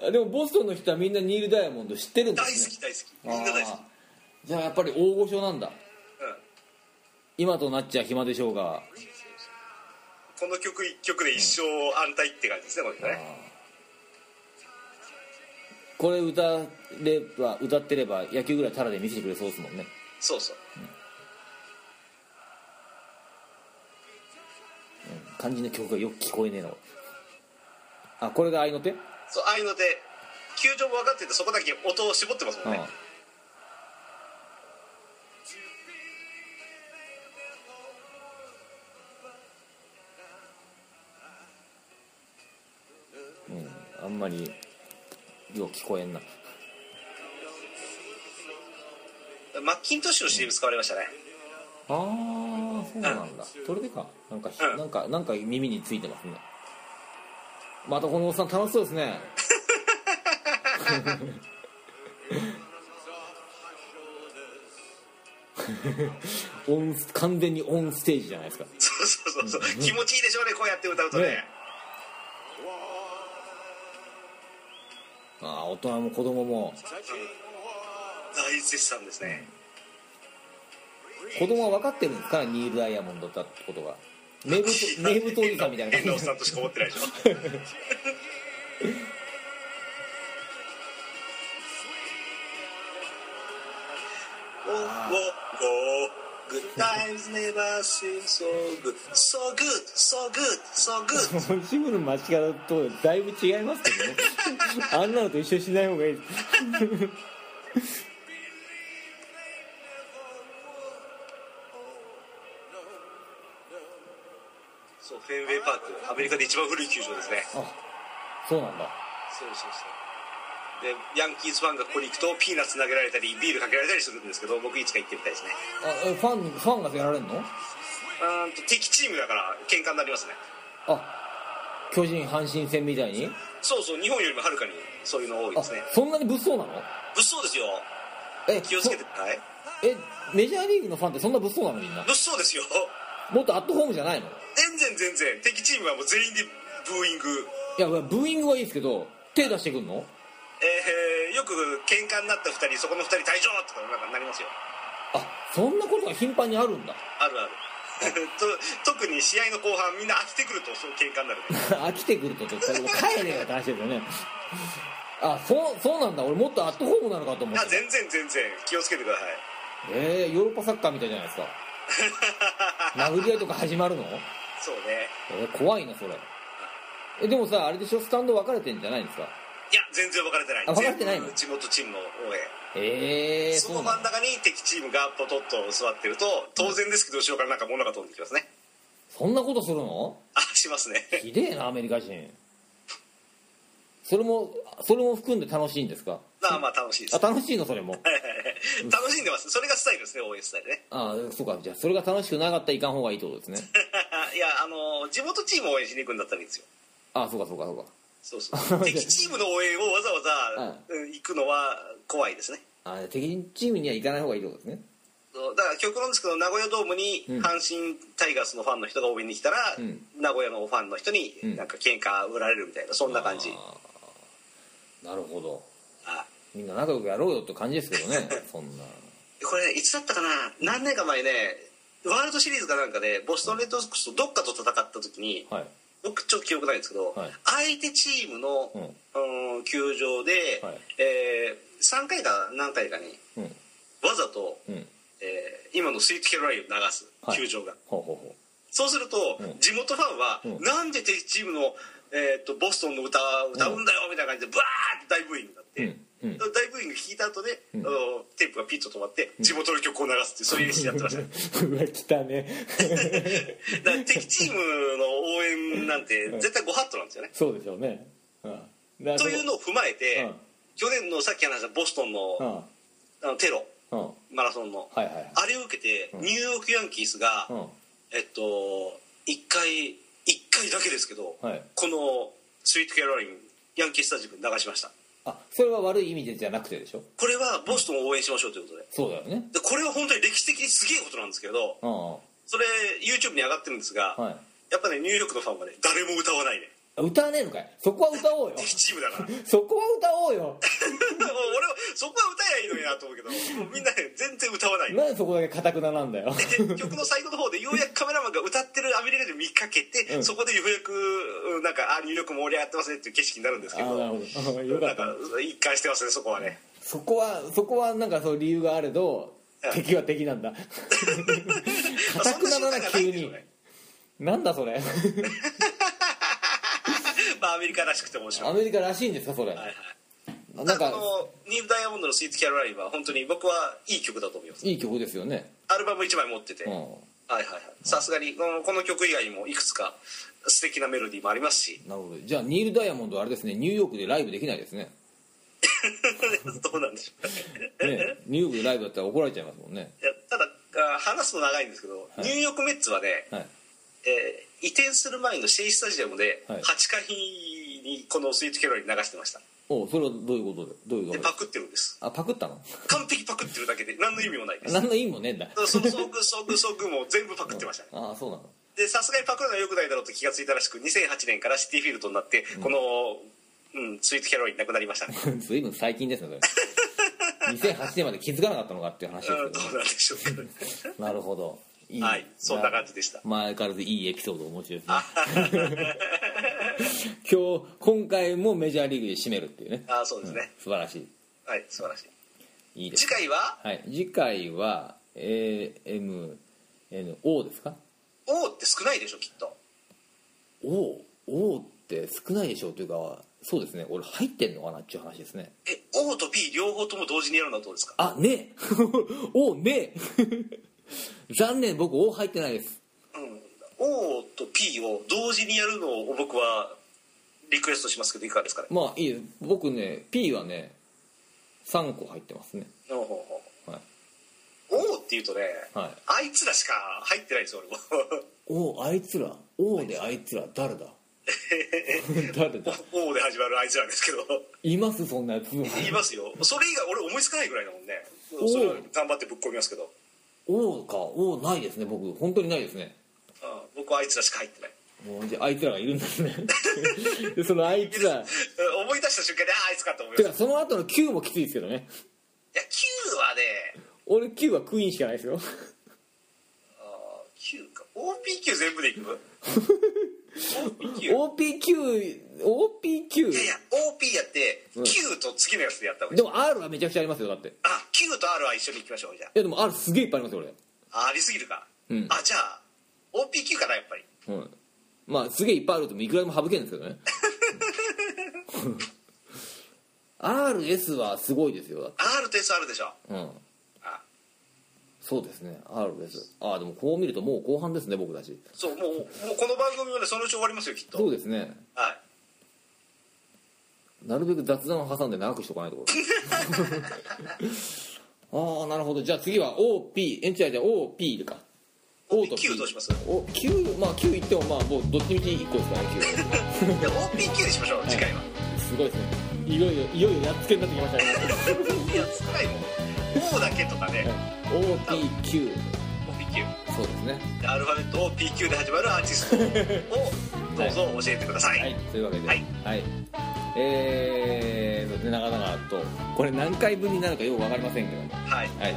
A: あでもボストンの人はみんなニール・ダイヤモンド知ってるんで
B: 大好
A: すね
B: き大好きみんな大好き
A: あーじゃあやっぱり大御所なんだ
B: うん
A: 今となっちゃ暇でしょうが
B: この曲一曲で一生安泰って感じですね、これね
A: これ歌れば歌ってれば野球ぐらいタラで見せてくれそうですもんね
B: そうそう
A: 肝心の曲がよく聞こえねえのあこれが愛の手、
B: そうああいうので球場も分かっててそこだけ音を絞ってますもんね、
A: ああんまりよう聞こえんな
B: マッキントッシュの CM 使われましたね
A: ああそうなんだそれでかなんかひ、
B: うん
A: なんかなんか耳についてますねまたこのおっさん楽しそうですねオン完全にオンステージじゃないですか
B: そうそうそうそう気持ちいいでしょうねこうやって歌うとね
A: ねああ大人も子供も
E: touching water.
B: 大絶賛ですね
A: 子供は分かってるんですからニール・ダイヤモンドだってことが名物名物おじさんみたいな
B: 変な
A: 感
B: おっ
A: じ
B: さんとしか思ってないでしょおおおグッタイムズネバーシーソーグソーグッソーグッソーグッ
A: シムの街角とだいぶ違いますけどねあんなのと一緒にしない方がいいです
B: そうフェンウェイパークアメリカで一番古い球場ですね
A: あそうなんだ
B: そうそうそうでヤンキースファンがここに行くとピーナッツ投げられたりビールかけられたりするんですけど僕いつか行ってみたいですね
A: あえファンファンがやられるの
B: うーんと敵チームだから喧嘩になりますね
A: あ巨人阪神戦みたいに
B: そうそう日本よりもはるかにそういうの多い
A: あ
B: ですね
A: そんなに物騒なの
B: 物騒ですよ
A: え
B: 気をつけてください
A: そえメジャーリーグのファンってそんな物騒なのみんな
B: 物騒ですよ
A: もっとアットホームじゃないのい
B: 全然全然敵チームはもう全員でブーイング
A: やブーイングはいいですけど手出してくんの
B: えー、よく喧嘩になった2人そこの2人退場とかなんかなりますよ
A: あそんなことが頻繁にあるんだ [laughs]
B: あるある [laughs] と特に試合の後半みんな飽きてくるとそういう喧嘩になるね
A: 飽きてくるとちょっと帰れよって話ですよねあそうそうなんだ俺もっとアットホームなのかと思っ
B: あ
A: て
B: 全然全然気をつけてください
A: えー、ヨーロッパサッカーみたいじゃないですか殴り合いとか始まるの
B: そうね
A: え怖いなそれえでもさあれでしょスタンド分かれてんじゃないんですか
B: いや全然分かれてない
A: あ分かれてないの
B: 全部地元チームの応援
A: ええ
B: そ
A: そ
B: の
A: うな
B: 真
A: ん
B: ん
A: だ
B: 中に敵チームがポトッと座ってると当然ですけど後ろからなんか物が飛んできますね
A: そんなことするの
B: あしますね
A: ひでえなアメリカ人それもそれも含んで楽しいんですか
B: まあまあ楽しいです
A: あ楽しいのそれも
B: 楽しんでますそれがスタイルですね応援スタイルね [laughs]
A: ああそうかじゃあそれが楽しくなかったらいかん方がいいってことですね
B: いやあの地元チームを応援しに行くんだったらいいんですよ
A: ああそうかそうか [laughs] そうか
B: そうそう敵チームの応援をわざわざうん行くのは怖いですね
A: ああ敵チームには行かない方がいいってことですね
B: そうだから極論ですけど名古屋ドームに
A: うん
B: 阪神タイガースのファンの人が応援に来たら、
A: うん
B: 名古屋のファンの人に
A: うん
B: なんか喧嘩売られるみたいなそんな感じ
A: ああなるほど
B: あ
A: みんな仲良くやろうよって感じですけどねそんな
B: これいつだったかな何年か前ねワールドシリーズかなんかでボストン・レッドソックスとどっかと戦った時に
A: はい
B: 僕ちょっと記憶ないんですけど、
A: はい
B: 相手チームの、
A: うん
B: うん球場で、
A: はい
B: え3回か何回かに
A: うん
B: わざと、
A: うん
B: えー今のスイートキャロラインを流す、
A: はい
B: 球場が
A: ほうほうほう
B: そうすると、
A: うん
B: 地元ファンは、
A: うん
B: なんで敵チームの、えー、とボストンの歌を歌うんだよみたいな感じでブワーって大ブーイングになって、
A: うんうん
B: 大ブーイング聞いた後で、
A: うん
B: あのテープがピッと止まって地元の曲を流すっていうそういう演出やってました
A: [laughs]
B: ね
A: うわ来たね [laughs]
B: だから敵チームの応援なんて絶対ご法度なんですよね
A: そうでしょうね、うん、だから
B: というのを踏まえて、
A: うん
B: 去年のさっき話したボストンの,、
A: うん
B: あのテロ
A: うんは
B: マラソンの、
A: いはいはい
B: あれを受けて、
A: うん
B: ニューヨークヤンキースが、
A: うん
B: えっと1回一回だけですけど、
A: はい
B: この「スイート・キャロライン」ヤンキースタジアムに流しました
A: あそれは悪い意味でじゃなくてでしょ
B: これはボストンを応援しましょうということで
A: そうだよね
B: でこれは本当に歴史的にすげえことなんですけど
A: うんうん
B: それ YouTube に上がってるんですが、
A: はい
B: やっぱねニューヨークのファンはね誰も歌わない
A: [laughs]
B: ね
A: あ歌わねえのかいそこは歌お
B: [laughs]
A: うよ
B: 敵チームだからもう
A: そこは歌おうよ
B: 俺はそこは歌えばいいのになと思うけどみんなね全然歌わない
A: なんでそこだけかたくななんだ
B: [laughs]
A: よ
B: で曲の最後の方でようやくカメラマンが歌ってるアメリカ人を見かけて、
A: うん
B: そこでようやくうんなんかあニューヨーク盛り上がってますねっていう景色になるんです
A: あ
B: け
A: あ
B: ど
A: なるほどよか
B: な
A: っ
B: んか
A: た
B: 一貫してますねそこはね
A: そこはそこはなんかそう理由があれど
B: うん
A: 敵は敵
B: [laughs]
A: なんだかたくならな
B: そんな心配がない
A: 急
B: けど
A: に
B: ね
A: なんだそれ
B: まあアメリカらしくて面白い
A: アメリカらしいんですかそれ
B: はいはい
A: なん
B: ただ
A: か
B: このニーブ・ダイヤモンドの「スイート・キャロライン」は本当に僕はいい曲だと思います
A: いい曲ですよね
B: アルバム1枚持ってて、
A: うん
B: はいはいはいさすがにこのこの曲以外にもいくつか素敵なメロディーもありますし [laughs]
A: なるほどじゃあニール・ダイヤモンドはあれですねニューヨークでライブできないですね
B: どうなんでしょう
A: ねニューヨークでライブだったら怒られちゃいますもんね
B: いやただあ話すの長いんですけど、
A: い
B: ニューヨーク・メッツはね、
A: はい
B: えー移転する前のシェイスタジアムで
A: はい
B: 8回にこの「スイート・キャロライン」流してました
A: おうそれはどういうことでどういうこ
B: で
A: と
B: パクってるんです
A: あパクったの
B: 完璧パクってるだけで何の意味もないです
A: 何の意味もねえんだ
B: そのソングソングソングも全部パクってましたね
A: ああそうなの [laughs]
B: でさすがにパクるのは良くないだろうと気がついたらしく2008年からシティフィールドになってこの、うん、スイートキャロリーなくなりまし
A: [laughs]
B: たね
A: 随分最近ですね
B: [laughs]
A: それ2008年まで気づかなかったのかっていう話です
B: うん
A: け
B: ど
A: ど、
B: うなんでしょうかね
A: なるほどいい
B: はいそんな感じでした
A: 前からずいいエピソード面白
B: [laughs]
A: いですね今日今回もメジャーリーグで締めるっていうね
B: ああそうですね、
A: 素晴らし
B: はい素晴らしい
A: いいいです
B: 次回は
A: はい、次回は AMNO ですか
B: 「王って少ないでしょきっと
A: O, o って少ないでしょうというかそうですね俺入ってんのかなっていう話ですね
B: え王と P 両方とも同時にやるのはどうですか
A: あねえ [laughs] O ね [laughs] え残念僕 O 入ってないです
B: うん王と P を同時にやるのを僕はリクエストしますけどいかがですかね
A: まあいいです僕ね P はね3個入ってますね
B: ほうほうほう
A: はい、
B: 王っていうとね、
A: はい、
B: あいつらしか入ってないですよ俺も [laughs]
A: O あいつら O であいつら誰だ [laughs] 誰だ
B: 王で始まるあいつらですけど
A: いますそんなや [laughs] つ
B: 言いますよそれ以外俺思いつかないぐらいだもんねそれは頑張ってぶっ込みますけど
A: O か O ないですね僕本当にないですね
B: ああ僕はあいつらしか入ってない
A: もうじゃああいつらがいるんですね [laughs] でそのあいつら
B: うん [laughs] 思い出した瞬間であああいつかと思いま
A: て
B: すい
A: かその後の Q もきついですけどね
B: や Q はね
A: 俺 Q はクイーンしかないですよ
B: ああ Q か OPQ 全部でいく
A: [laughs]
B: OPQ い
A: OPQOPQ
B: やいや OP やって
A: うん
B: Q と次のやつでやった方がいい
A: でも R はめちゃくちゃありますよだってい
B: あ Q と R は一緒に行きましょうじゃ
A: やでも R すげえいっぱいありますよ俺
B: あありすぎるか
A: うん
B: あじゃあ OPQ かなやっぱり
A: はい、まあすげえいっぱいあるともいくらでも省けるんですけどね RS はすごいですよだって
B: R と S あるでしょ
A: うん
B: あ
A: そうですね RS ああでもこう見るともう後半ですね僕たち
B: そうもうもうこの番組はねそのうち終わりますよきっと
A: そうですね
B: はい
A: なるべく雑談を挟んで長くしとかないところ [laughs] ああなるほどじゃあ次は OP え違う違う OP か O と
B: OPQ どうします
A: お9まあ9いってもまあもうどっちみち1個ですからね9
B: じゃあ OPQ にしましょう次回は
A: すごいですねいよいよいよいよやっつけになってきましたね
B: いや少ないもん O だけとかね
A: OPQ
B: OPQ
A: そうですね
B: でアルファベットを PQ で始まるアーティストを
A: [laughs]
B: どうぞ教えてください、
A: はいというわけでは
B: はい、
A: えーそうですね長々とこれ何回分になるかよく分かりませんけども
B: はい
A: はい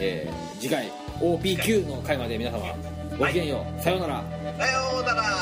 A: えー次回 OPQ の回まで皆様ごきげんよう、さようなら
B: さようなら